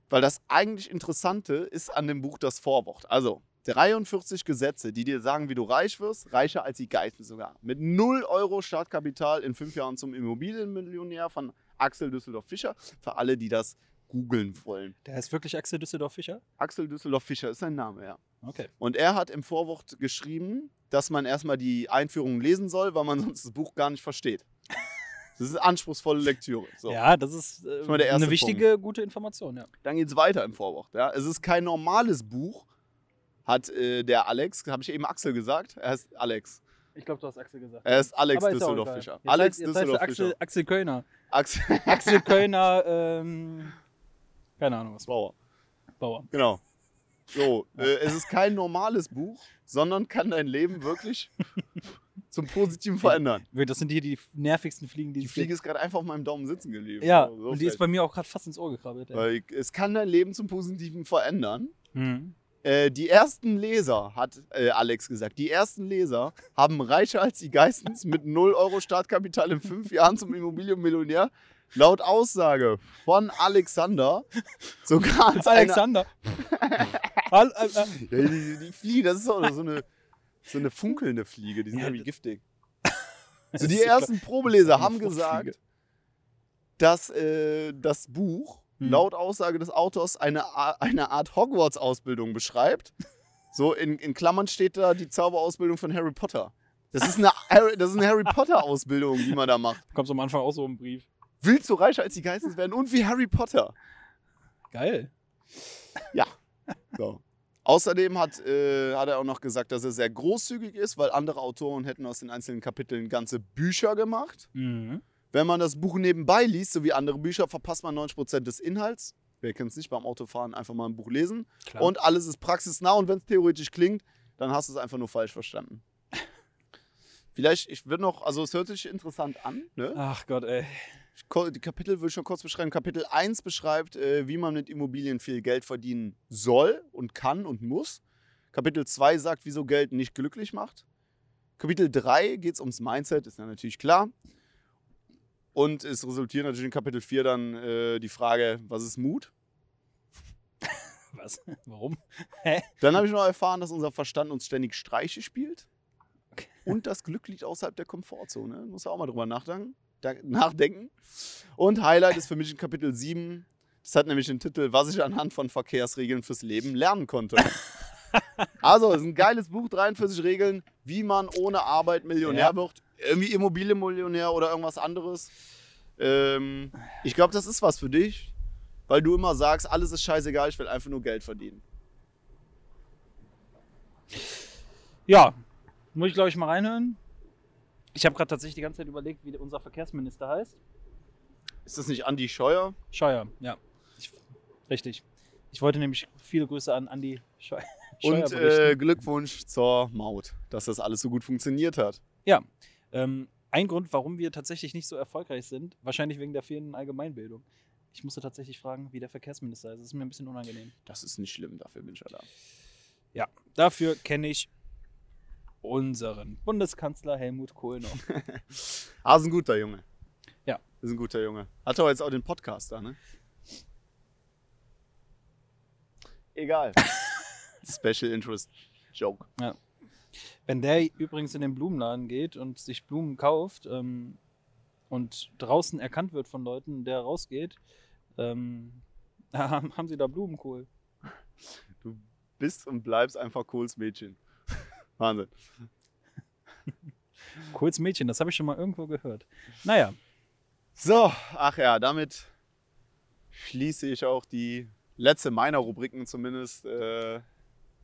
Weil das eigentlich Interessante ist an dem Buch das Vorwort. Also 43 Gesetze, die dir sagen, wie du reich wirst, reicher als die Geißen sogar. Mit 0 Euro Startkapital in fünf Jahren zum Immobilienmillionär von Axel Düsseldorf-Fischer. Für alle, die das googeln wollen.
Der ist wirklich Axel Düsseldorf-Fischer?
Axel Düsseldorf-Fischer ist sein Name, ja.
Okay.
Und er hat im Vorwort geschrieben, dass man erstmal die Einführung lesen soll, weil man sonst das Buch gar nicht versteht. Das ist anspruchsvolle Lektüre. So.
Ja, das ist, äh,
Schon mal der erste
eine wichtige, gute Information, ja.
Dann geht es weiter im Vorwort. Ja. Es ist kein normales Buch, hat äh, der Alex, habe ich eben Axel gesagt? Er heißt Alex.
Ich glaube, du hast Axel gesagt.
Er ist Alex
Aber ist auch egal.
Düsseldorf-Fischer.
Jetzt
Alex
heißt- jetzt heißt er
Düsseldorf-Fischer.
Axel, Axel Kölner.
Axel,
Axel Kölner, ähm, keine Ahnung was.
Bauer.
Bauer.
Genau. So, äh, es ist kein normales Buch, sondern kann dein Leben wirklich zum Positiven verändern.
Das sind hier die nervigsten Fliegen, die
Die Fliege ist gerade einfach auf meinem Daumen sitzen geblieben.
Ja,
So- so
und die ist
vielleicht.
bei mir auch gerade fast ins Ohr gekrabbelt. ey.
Weil es kann dein Leben zum Positiven verändern.
Mhm.
Äh, die ersten Leser, hat äh, Alex gesagt, die ersten Leser haben reicher als die Geistens mit 0 Euro Startkapital in fünf Jahren zum Immobilienmillionär laut Aussage von Alexander sogar als eine-
Alexander. Al- al- al-
Ja, die, die, die Fliege, das ist doch so eine, so eine funkelnde Fliege, die sind
Ja,
irgendwie giftig.
Das
So,
ist
die
so
ersten
klar.
Probeleser
Das ist
haben
eine Fruchtfliege.
gesagt, dass äh, das Buch
Hm.
laut Aussage des Autors eine, A- eine Art Hogwarts-Ausbildung beschreibt. So in, in Klammern steht da die Zauberausbildung von Harry Potter. Das ist eine, Harry- das ist eine Harry Potter-Ausbildung, die man da macht.
Kommst am Anfang auch so einen Brief.
Willst du reicher als die Geistens werden und wie Harry Potter?
Geil.
Ja. So. Außerdem hat, äh, hat er auch noch gesagt, dass er sehr großzügig ist, weil andere Autoren hätten aus den einzelnen Kapiteln ganze Bücher gemacht. Wenn man das Buch nebenbei liest, so wie andere Bücher, verpasst man 90% des Inhalts. Wer kennt es nicht beim Autofahren, einfach mal ein Buch lesen.
Klar.
Und alles ist praxisnah und wenn es theoretisch klingt, dann hast du es einfach nur falsch verstanden. Vielleicht, ich würde noch, also es hört sich interessant an, ne?
Ach Gott, ey.
Ko- Die Kapitel will ich schon kurz beschreiben. Kapitel 1 beschreibt, äh, wie man mit Immobilien viel Geld verdienen soll und kann und muss. Kapitel 2 sagt, wieso Geld nicht glücklich macht. Kapitel 3 geht es ums Mindset, ist ja natürlich klar. Und es resultiert natürlich in Kapitel 4 dann äh, die Frage, was ist Mut?
Was? Warum? Hä?
Dann habe ich noch erfahren, dass unser Verstand uns ständig Streiche spielt. Und das Glück liegt außerhalb der Komfortzone. Muss ja auch mal drüber nachdenken. Da- nachdenken. Und Highlight ist für mich in Kapitel 7. Das hat nämlich den Titel, was ich anhand von Verkehrsregeln fürs Leben lernen konnte. Also, es ist ein geiles Buch, 43 Regeln, wie man ohne Arbeit Millionär
Ja.
wird. Irgendwie Immobilienmillionär oder irgendwas anderes. Ähm, ich glaube, das ist was für dich, weil du immer sagst, alles ist scheißegal, ich will einfach nur Geld verdienen.
Ja, muss ich glaube ich mal reinhören. Ich habe gerade tatsächlich die ganze Zeit überlegt, wie unser Verkehrsminister heißt.
Ist das nicht Andi Scheuer?
Scheuer, ja. Ich, richtig. Ich wollte nämlich viele Grüße an Andi Scheu Scheuer
Und
berichten.
äh, Glückwunsch zur Maut, dass das alles so gut funktioniert hat.
Ja, ähm, ein Grund, warum wir tatsächlich nicht so erfolgreich sind, wahrscheinlich wegen der fehlenden Allgemeinbildung. Ich musste tatsächlich fragen, wie der Verkehrsminister ist. Das ist mir ein bisschen unangenehm.
Das ist nicht schlimm, dafür bin ich ja da.
Ja, dafür kenne ich unseren Bundeskanzler Helmut Kohl noch.
Ah, ist ein guter Junge.
Ja.
Ist ein guter Junge. Hat aber jetzt auch den Podcast da, ne? Egal. Special Interest Joke.
Ja. Wenn der übrigens in den Blumenladen geht und sich Blumen kauft ähm, und draußen erkannt wird von Leuten, der rausgeht, ähm, haben haben sie da Blumenkohl.
Du bist und bleibst einfach Kohls Mädchen. Wahnsinn.
Coles Mädchen, das habe ich schon mal irgendwo gehört. Naja.
So, ach ja, damit schließe ich auch die letzte meiner Rubriken zumindest äh,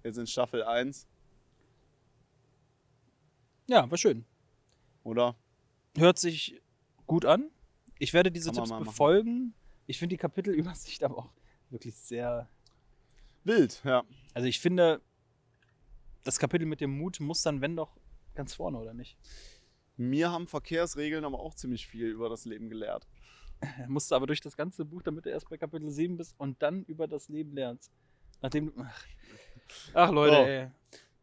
jetzt in Staffel 1,
Ja, war schön.
oder?
Hört sich gut an. Ich werde diese
Kann man
Tipps
mal machen.
befolgen. Ich finde die Kapitelübersicht aber auch wirklich sehr
wild, ja.
Also ich finde, das Kapitel mit dem Mut muss dann, wenn doch, ganz vorne, oder nicht?
Mir haben Verkehrsregeln aber auch ziemlich viel über das Leben gelehrt.
Musst du aber durch das ganze Buch, damit du erst bei Kapitel 7 bist und dann über das Leben lernst. Nachdem du. Ach, ach Leute,
So.
ey.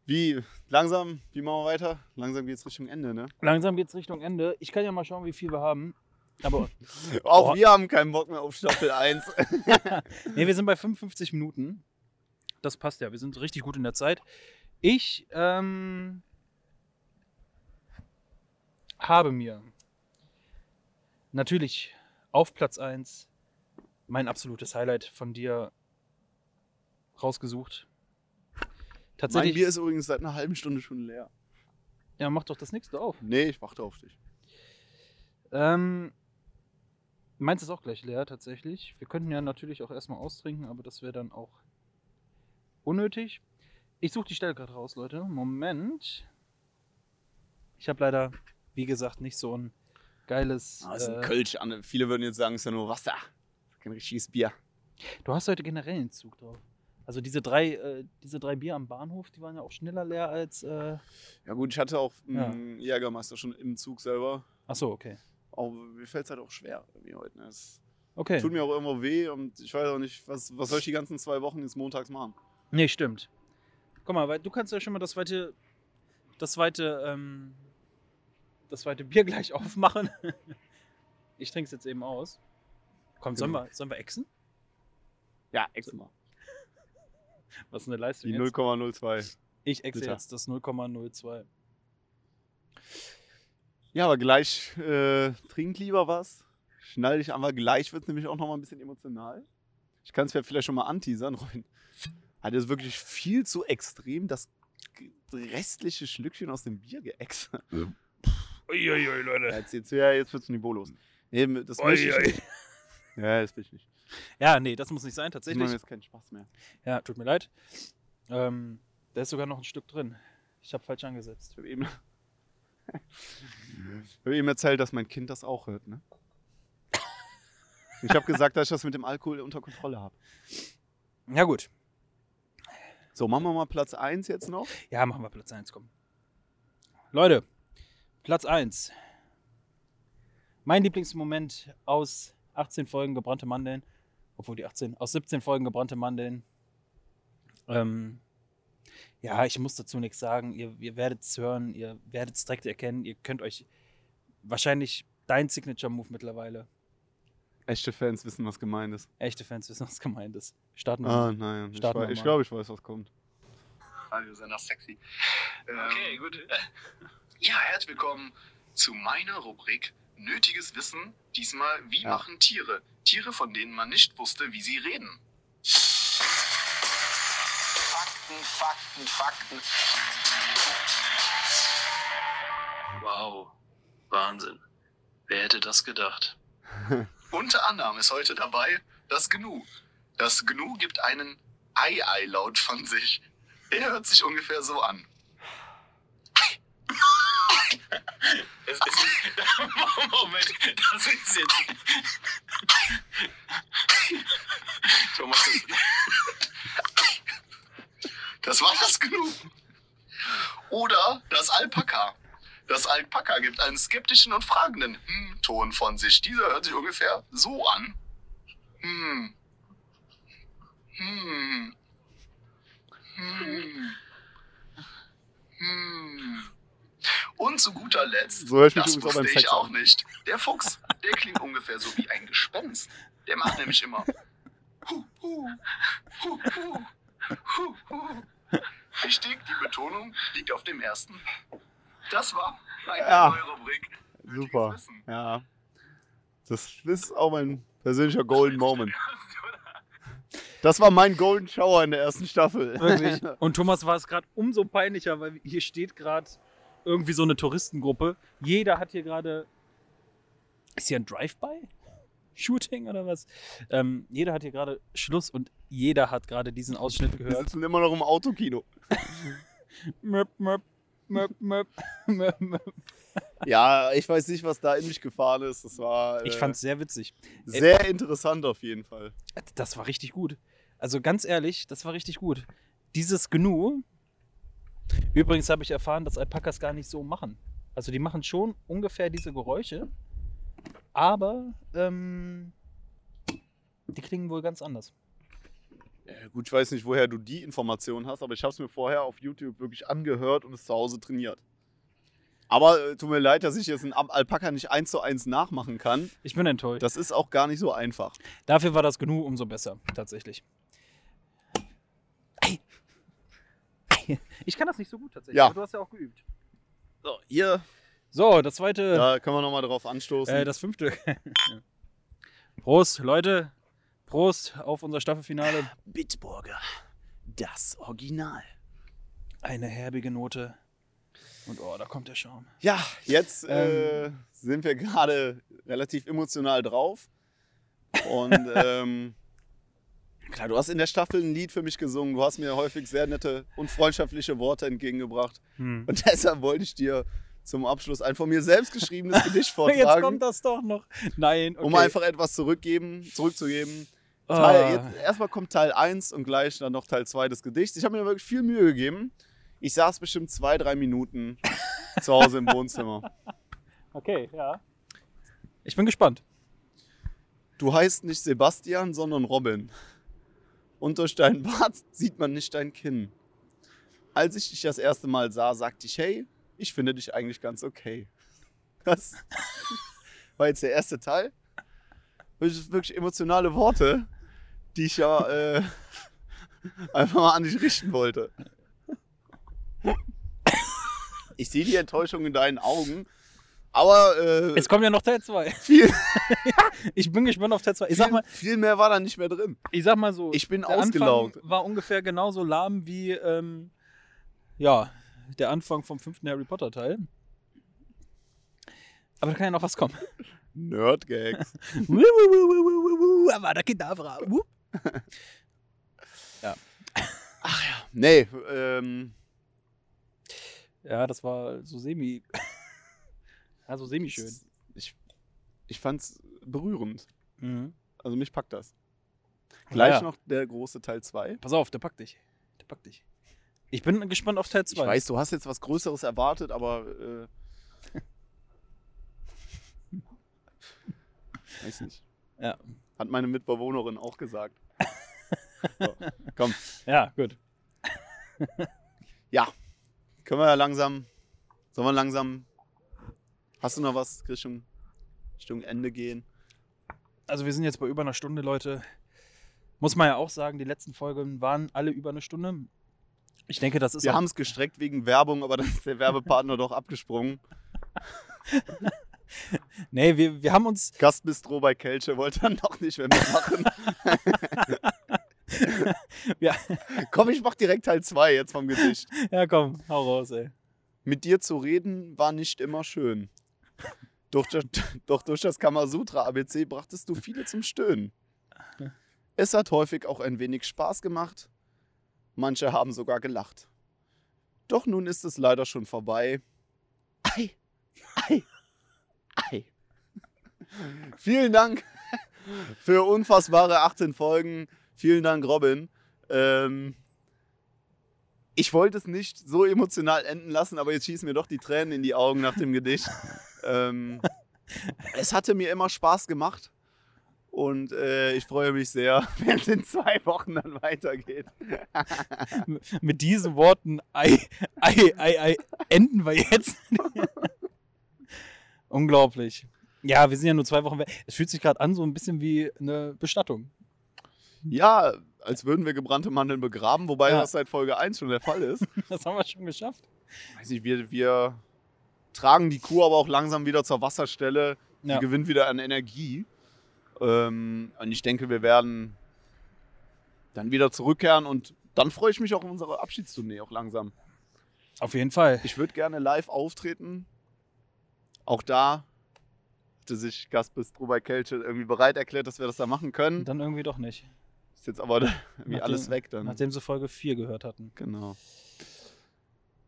Wie, langsam, wie machen wir weiter? Langsam geht's Richtung Ende, ne?
Langsam geht's Richtung Ende. Ich kann ja mal schauen, wie viel wir haben. Aber.
Auch
Oh.
wir haben keinen Bock mehr auf Staffel 1.
nee, wir sind bei 55 Minuten. Das passt ja. Wir sind richtig gut in der Zeit. Ich ähm, habe mir natürlich auf Platz 1 mein absolutes Highlight von dir rausgesucht.
mein
Tatsächlich.
Bier ist übrigens seit einer halben Stunde schon leer.
ja, mach doch das nächste auf.
Nee, ich warte auf dich.
Ähm, meins ist auch gleich leer tatsächlich. Wir könnten ja natürlich auch erstmal austrinken, aber das wäre dann auch unnötig. Ich suche die Stelle gerade raus, Leute. Moment. Ich habe leider, wie gesagt, nicht so ein geiles.
Ah, ist ein
äh,
Kölsch. Anne. Viele würden jetzt sagen, es ist ja nur Wasser. Kein richtiges Bier.
Du hast heute generell einen Zug drauf. Also diese drei, äh, diese drei Bier am Bahnhof, die waren ja auch schneller leer als. Äh,
Ja gut, ich hatte auch
Ja.
einen Jägermeister schon im Zug selber.
Ach so, okay.
Aber mir fällt es halt auch schwer, wie heute. Ne? Es
Okay.
tut mir auch irgendwo weh und ich weiß auch nicht, was, was soll ich die ganzen zwei Wochen jetzt montags machen?
Nee, stimmt. Guck mal, weil du kannst ja schon mal das zweite, das zweite, ähm, das zweite Bier gleich aufmachen. Ich trinke es jetzt eben aus. Komm, sollen wir, sollen wir exen?
Ja, ex mal.
Was ist eine Leistung
Die
jetzt?
0,02.
Ich exe
Liter.
jetzt das 0,02.
Ja, aber gleich äh, trink lieber was. Schnall dich an, weil gleich wird es nämlich auch noch mal ein bisschen emotional. Ich kann es ja vielleicht schon mal anteasern, Robin. Hat jetzt wirklich viel zu extrem das g- restliche Schlückchen aus dem Bier geäxt.
Uiuiui, Leute.
Jetzt, jetzt, ja, jetzt wird es Niveau los. Nee, das
Ui,
möchte ich
ui.
nicht. Ja, das will ich nicht.
Ja, nee, das muss nicht sein,
Das
tatsächlich.
macht mir jetzt keinen Spaß mehr.
Ja, tut mir leid. Ähm, da ist sogar noch ein Stück drin. Ich habe falsch angesetzt.
Ich habe eben, ich hab eben erzählt, dass mein Kind das auch hört, ne? Ich habe gesagt, dass ich das mit dem Alkohol unter Kontrolle habe.
Ja, gut.
So, machen wir mal Platz 1 jetzt noch.
Ja, machen wir Platz 1, komm. Leute, Platz 1. Mein Lieblingsmoment aus 18 Folgen gebrannte Mandeln, obwohl die 18, aus 17 Folgen gebrannte Mandeln. Ähm, ja, ich muss dazu nichts sagen. Ihr, ihr werdet es hören, ihr werdet es direkt erkennen. Ihr könnt euch wahrscheinlich dein Signature-Move mittlerweile.
Echte Fans wissen, was gemeint ist.
Echte Fans wissen, was gemeint ist. Starten wir. mal.
Ah, nein. Ich,
Mhm. Starten
wei-
wir
ich
mal.
glaube, ich weiß, was kommt.
Radio Sender Sexy. okay, gut. Ja, herzlich willkommen zu meiner Rubrik Nötiges Wissen. Diesmal, wie
Ja.
machen Tiere? Tiere, von denen man nicht wusste, wie sie reden.
Fakten, Fakten, Fakten.
Wow, Wahnsinn. Wer hätte das gedacht? Unter anderem ist heute dabei das Gnu. Das Gnu gibt einen Ei-Ei-Laut von sich. Der hört sich ungefähr so an.
Es ist, Moment, das ist jetzt.
Thomas, das, das war das Gnu. Oder das Alpaka. Das Alpaka gibt einen skeptischen und fragenden Hm-Ton von sich. Dieser hört sich ungefähr so an. Hm. Hm. Hm. Hm. Und zu guter Letzt,
So hör ich mich
das
übrigens auch beim
wusste ich
Sex
auch
an.
nicht. Der Fuchs, der klingt ungefähr so wie ein Gespenst. Der macht nämlich immer. Hu, hu, hu, hu, hu, hu. Richtig, die Betonung liegt auf dem ersten. Das war meine
Ja.
neue Rubrik.
Super. Ja. Das ist auch mein persönlicher Golden Moment. Das war mein Golden Shower in der ersten Staffel.
Wirklich. Und Thomas war es gerade umso peinlicher, weil hier steht gerade irgendwie so eine Touristengruppe. Jeder hat hier gerade. Ist hier ein Drive-by? Shooting oder was? Ähm, jeder hat hier gerade Schluss und jeder hat gerade diesen Ausschnitt
Wir
gehört.
sitzen immer noch im Autokino.
Möp, möp, möp, möp, möp, möp.
Ja, ich weiß nicht, was da in mich gefahren ist. Das war. äh,
Ich fand's sehr witzig.
Sehr interessant auf jeden Fall.
Das war richtig gut. Also ganz ehrlich, das war richtig gut. Dieses Gnu. Übrigens habe ich erfahren, dass Alpakas gar nicht so machen. Also die machen schon ungefähr diese Geräusche, aber ähm, die klingen wohl ganz anders.
Äh, Gut, ich weiß nicht, woher du die Information hast, aber ich habe es mir vorher auf YouTube wirklich angehört und es zu Hause trainiert. Aber äh, tut mir leid, dass ich jetzt einen Am- Alpaka nicht eins zu eins nachmachen kann.
Ich bin enttäuscht.
Das ist auch gar nicht so einfach.
Dafür war das Gnu umso besser, tatsächlich. Ei. Ei. Ich kann das nicht so gut tatsächlich.
Ja.
aber Du hast ja auch geübt.
So, ihr.
So, das zweite.
Da können wir nochmal drauf anstoßen.
Äh, das fünfte. Ja. Prost, Leute. Prost auf unser Staffelfinale.
Bitburger. Das Original.
Eine herbige Note. Und oh, da kommt der Schaum.
Ja, jetzt äh,
Ähm.
sind wir gerade relativ emotional drauf. Und ähm, klar, du hast in der Staffel ein Lied für mich gesungen. Du hast mir häufig sehr nette und freundschaftliche Worte entgegengebracht.
Hm.
Und deshalb wollte ich dir zum Abschluss ein von mir selbst geschriebenes Gedicht vortragen,
Jetzt kommt das doch noch. Nein, okay.
um einfach etwas zurückgeben, zurückzugeben.
Ah.
Teil, jetzt, erstmal kommt Teil 1 und gleich dann noch Teil 2 des Gedichts. Ich habe mir wirklich viel Mühe gegeben. Ich saß bestimmt zwei, drei Minuten zu Hause im Wohnzimmer.
Okay, ja. Ich bin gespannt.
Du heißt nicht Sebastian, sondern Robin. Und durch deinen Bart sieht man nicht dein Kinn. Als ich dich das erste Mal sah, sagte ich, hey, ich finde dich eigentlich ganz okay. Das war jetzt der erste Teil. Das sind wirklich emotionale Worte, die ich ja äh, einfach mal an dich richten wollte. Ich sehe die Enttäuschung in deinen Augen, aber äh,
Es kommt ja noch Teil 2.
viel,
Ich bin gespannt auf Teil 2. Ich sag mal,
viel mehr war da nicht mehr drin.
ich sag mal so.
Ich bin
der Anfang
ausgelaugt.
war ungefähr genauso lahm wie ähm, ja, der Anfang vom fünften Harry Potter Teil. Aber da kann ja noch was kommen.
Nerdgags.
Wuh, wuh, wuh, wuh, wuh, wuh, wuh, Avada Kedavra. Wuh.
Nee, ähm,
Ja, das war so semi. Also semi schön.
ich, ich fand's berührend.
Mhm.
Also mich packt das. Gleich
Ja.
noch der große Teil 2.
Pass auf, der packt dich. Der packt dich. Ich bin gespannt auf Teil
Ich
2.
weiß, du hast jetzt was Größeres erwartet, aber äh, weiß nicht.
Ja.
Hat meine Mitbewohnerin auch gesagt. so, komm,
Ja, gut.
können wir ja langsam, sollen wir langsam, hast du noch was Richtung, Richtung Ende gehen?
Also wir sind jetzt bei über einer Stunde, Leute. Muss man ja auch sagen, die letzten Folgen waren alle über eine Stunde. Ich denke, das ist
Wir
auch-
haben es gestreckt wegen Werbung, aber dann ist der Werbepartner doch abgesprungen.
Nee, wir, wir haben uns
Gastbistro bei Kelche wollte dann noch nicht mehr mitmachen.
Ja.
Komm, ich mach direkt Teil 2 jetzt vom Gesicht.
Ja, komm, hau raus, ey.
Mit dir zu reden war nicht immer schön. Doch, das- doch durch das Kamasutra-ABC brachtest du viele zum Stöhnen. Es hat häufig auch ein wenig Spaß gemacht. Manche haben sogar gelacht. Doch nun ist es leider schon vorbei. Ei, ei, ei. Vielen Dank für unfassbare 18 Folgen. Vielen Dank, Robin. Ähm, ich wollte es nicht so emotional enden lassen, aber jetzt schießen mir doch die Tränen in die Augen nach dem Gedicht. ähm, es hatte mir immer Spaß gemacht und äh, ich freue mich sehr, wenn es in zwei Wochen dann weitergeht.
M- Mit diesen Worten, ei, ei, ei, ei, enden wir jetzt. Unglaublich. Ja, wir sind ja nur zwei Wochen weg. Es fühlt sich gerade an, so ein bisschen wie eine Bestattung.
Ja, als würden wir gebrannte Mandeln begraben, wobei
Ja.
das seit Folge 1 schon der Fall ist.
Das haben wir schon geschafft.
Weiß nicht, wir, wir tragen die Kuh aber auch langsam wieder zur Wasserstelle. Die
Ja.
gewinnt wieder an Energie. Ähm, und ich denke, wir werden dann wieder zurückkehren und dann freue ich mich auch auf unsere Abschiedstournee auch langsam.
Auf jeden Fall.
Ich würde gerne live auftreten. Auch da hatte sich Gaspis Trubay Kelche irgendwie bereit erklärt, dass wir das da machen können.
Dann irgendwie doch nicht.
Ist jetzt aber irgendwie
Nachdem-
alles weg dann.
Nachdem sie Folge 4 gehört hatten.
Genau.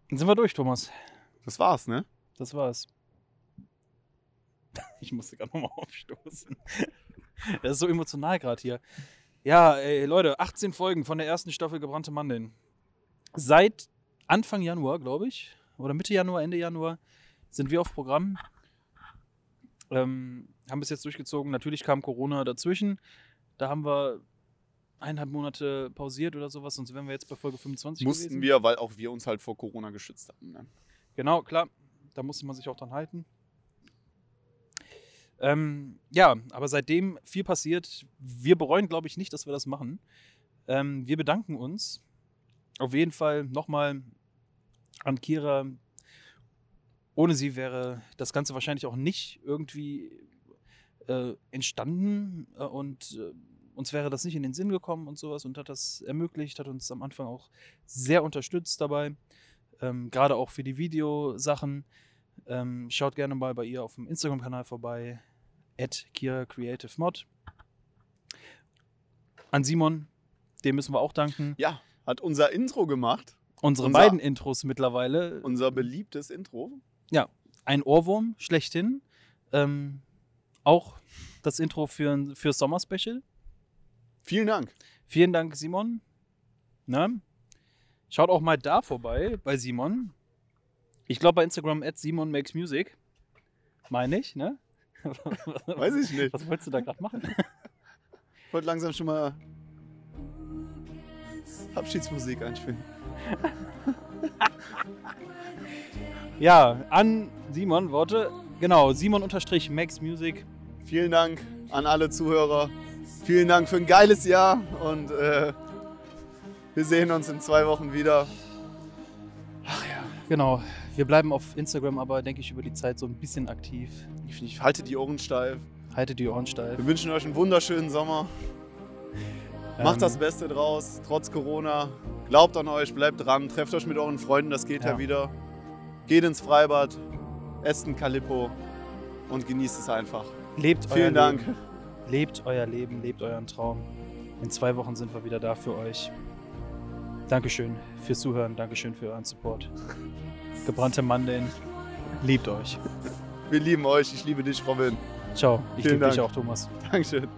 Dann sind wir durch, Thomas.
Das war's, ne?
Das war's. Ich musste gerade nochmal aufstoßen. Das ist so emotional gerade hier. Ja, ey, Leute, 18 Folgen von der ersten Staffel Gebrannte Mandeln. Seit Anfang Januar, glaube ich, oder Mitte Januar, Ende Januar, sind wir auf Programm. Ähm, haben bis jetzt durchgezogen. Natürlich kam Corona dazwischen. Da haben wir eineinhalb Monate pausiert oder sowas, sonst wären wir jetzt bei Folge 25
Mussten
gewesen.
wir, weil auch wir uns halt vor Corona geschützt haben. Ne?
Genau, klar. Da musste man sich auch dran halten. Ähm, ja, aber seitdem viel passiert. Wir bereuen, glaube ich, nicht, dass wir das machen. Ähm, wir bedanken uns auf jeden Fall nochmal an Kira. Ohne sie wäre das Ganze wahrscheinlich auch nicht irgendwie äh, entstanden äh, und äh, uns wäre das nicht in den Sinn gekommen und sowas und hat das ermöglicht, hat uns am Anfang auch sehr unterstützt dabei, ähm, gerade auch für die Videosachen. Ähm, schaut gerne mal bei ihr auf dem Instagram-Kanal vorbei, at Kira Creative Mod. An Simon, dem müssen wir auch danken.
Ja, hat unser Intro gemacht.
Unsere
unser-
beiden Intros mittlerweile.
Unser beliebtes Intro.
Ja, ein Ohrwurm schlechthin. Ähm, auch das Intro für, für Sommer-Special.
Vielen Dank.
Vielen Dank, Simon. Na? Schaut auch mal da vorbei bei Simon. Ich glaube bei Instagram at Simon makes music. Meine ich, ne?
Weiß ich nicht.
Was wolltest du da gerade machen?
Ich wollte langsam schon mal Abschiedsmusik einspielen.
Ja, an Simon Worte. Genau, Simon unterstrich Max Music.
Vielen Dank an alle Zuhörer. Vielen Dank für ein geiles Jahr und äh, wir sehen uns in zwei Wochen wieder.
Genau, wir bleiben auf Instagram aber, denke ich, über die Zeit so ein bisschen aktiv.
Ich halte die Ohren steif.
Haltet die Ohren steif.
Wir wünschen euch einen wunderschönen Sommer.
Ähm.
Macht das Beste draus, trotz Corona. Glaubt an euch, bleibt dran, trefft euch mit euren Freunden, das geht ja,
Ja.
wieder. Geht ins Freibad, esst ein Calippo und genießt es einfach.
Lebt euer
Vielen Dank.
Leben. Lebt euer Leben, lebt euren Traum. In zwei Wochen sind wir wieder da für euch. Dankeschön fürs Zuhören, Dankeschön für euren Support. Gebrannte Mandeln, liebt euch.
Wir lieben euch, ich liebe dich, Robin.
Ciao, ich
Vielen
liebe dich
Dank.
auch, Thomas.
Dankeschön.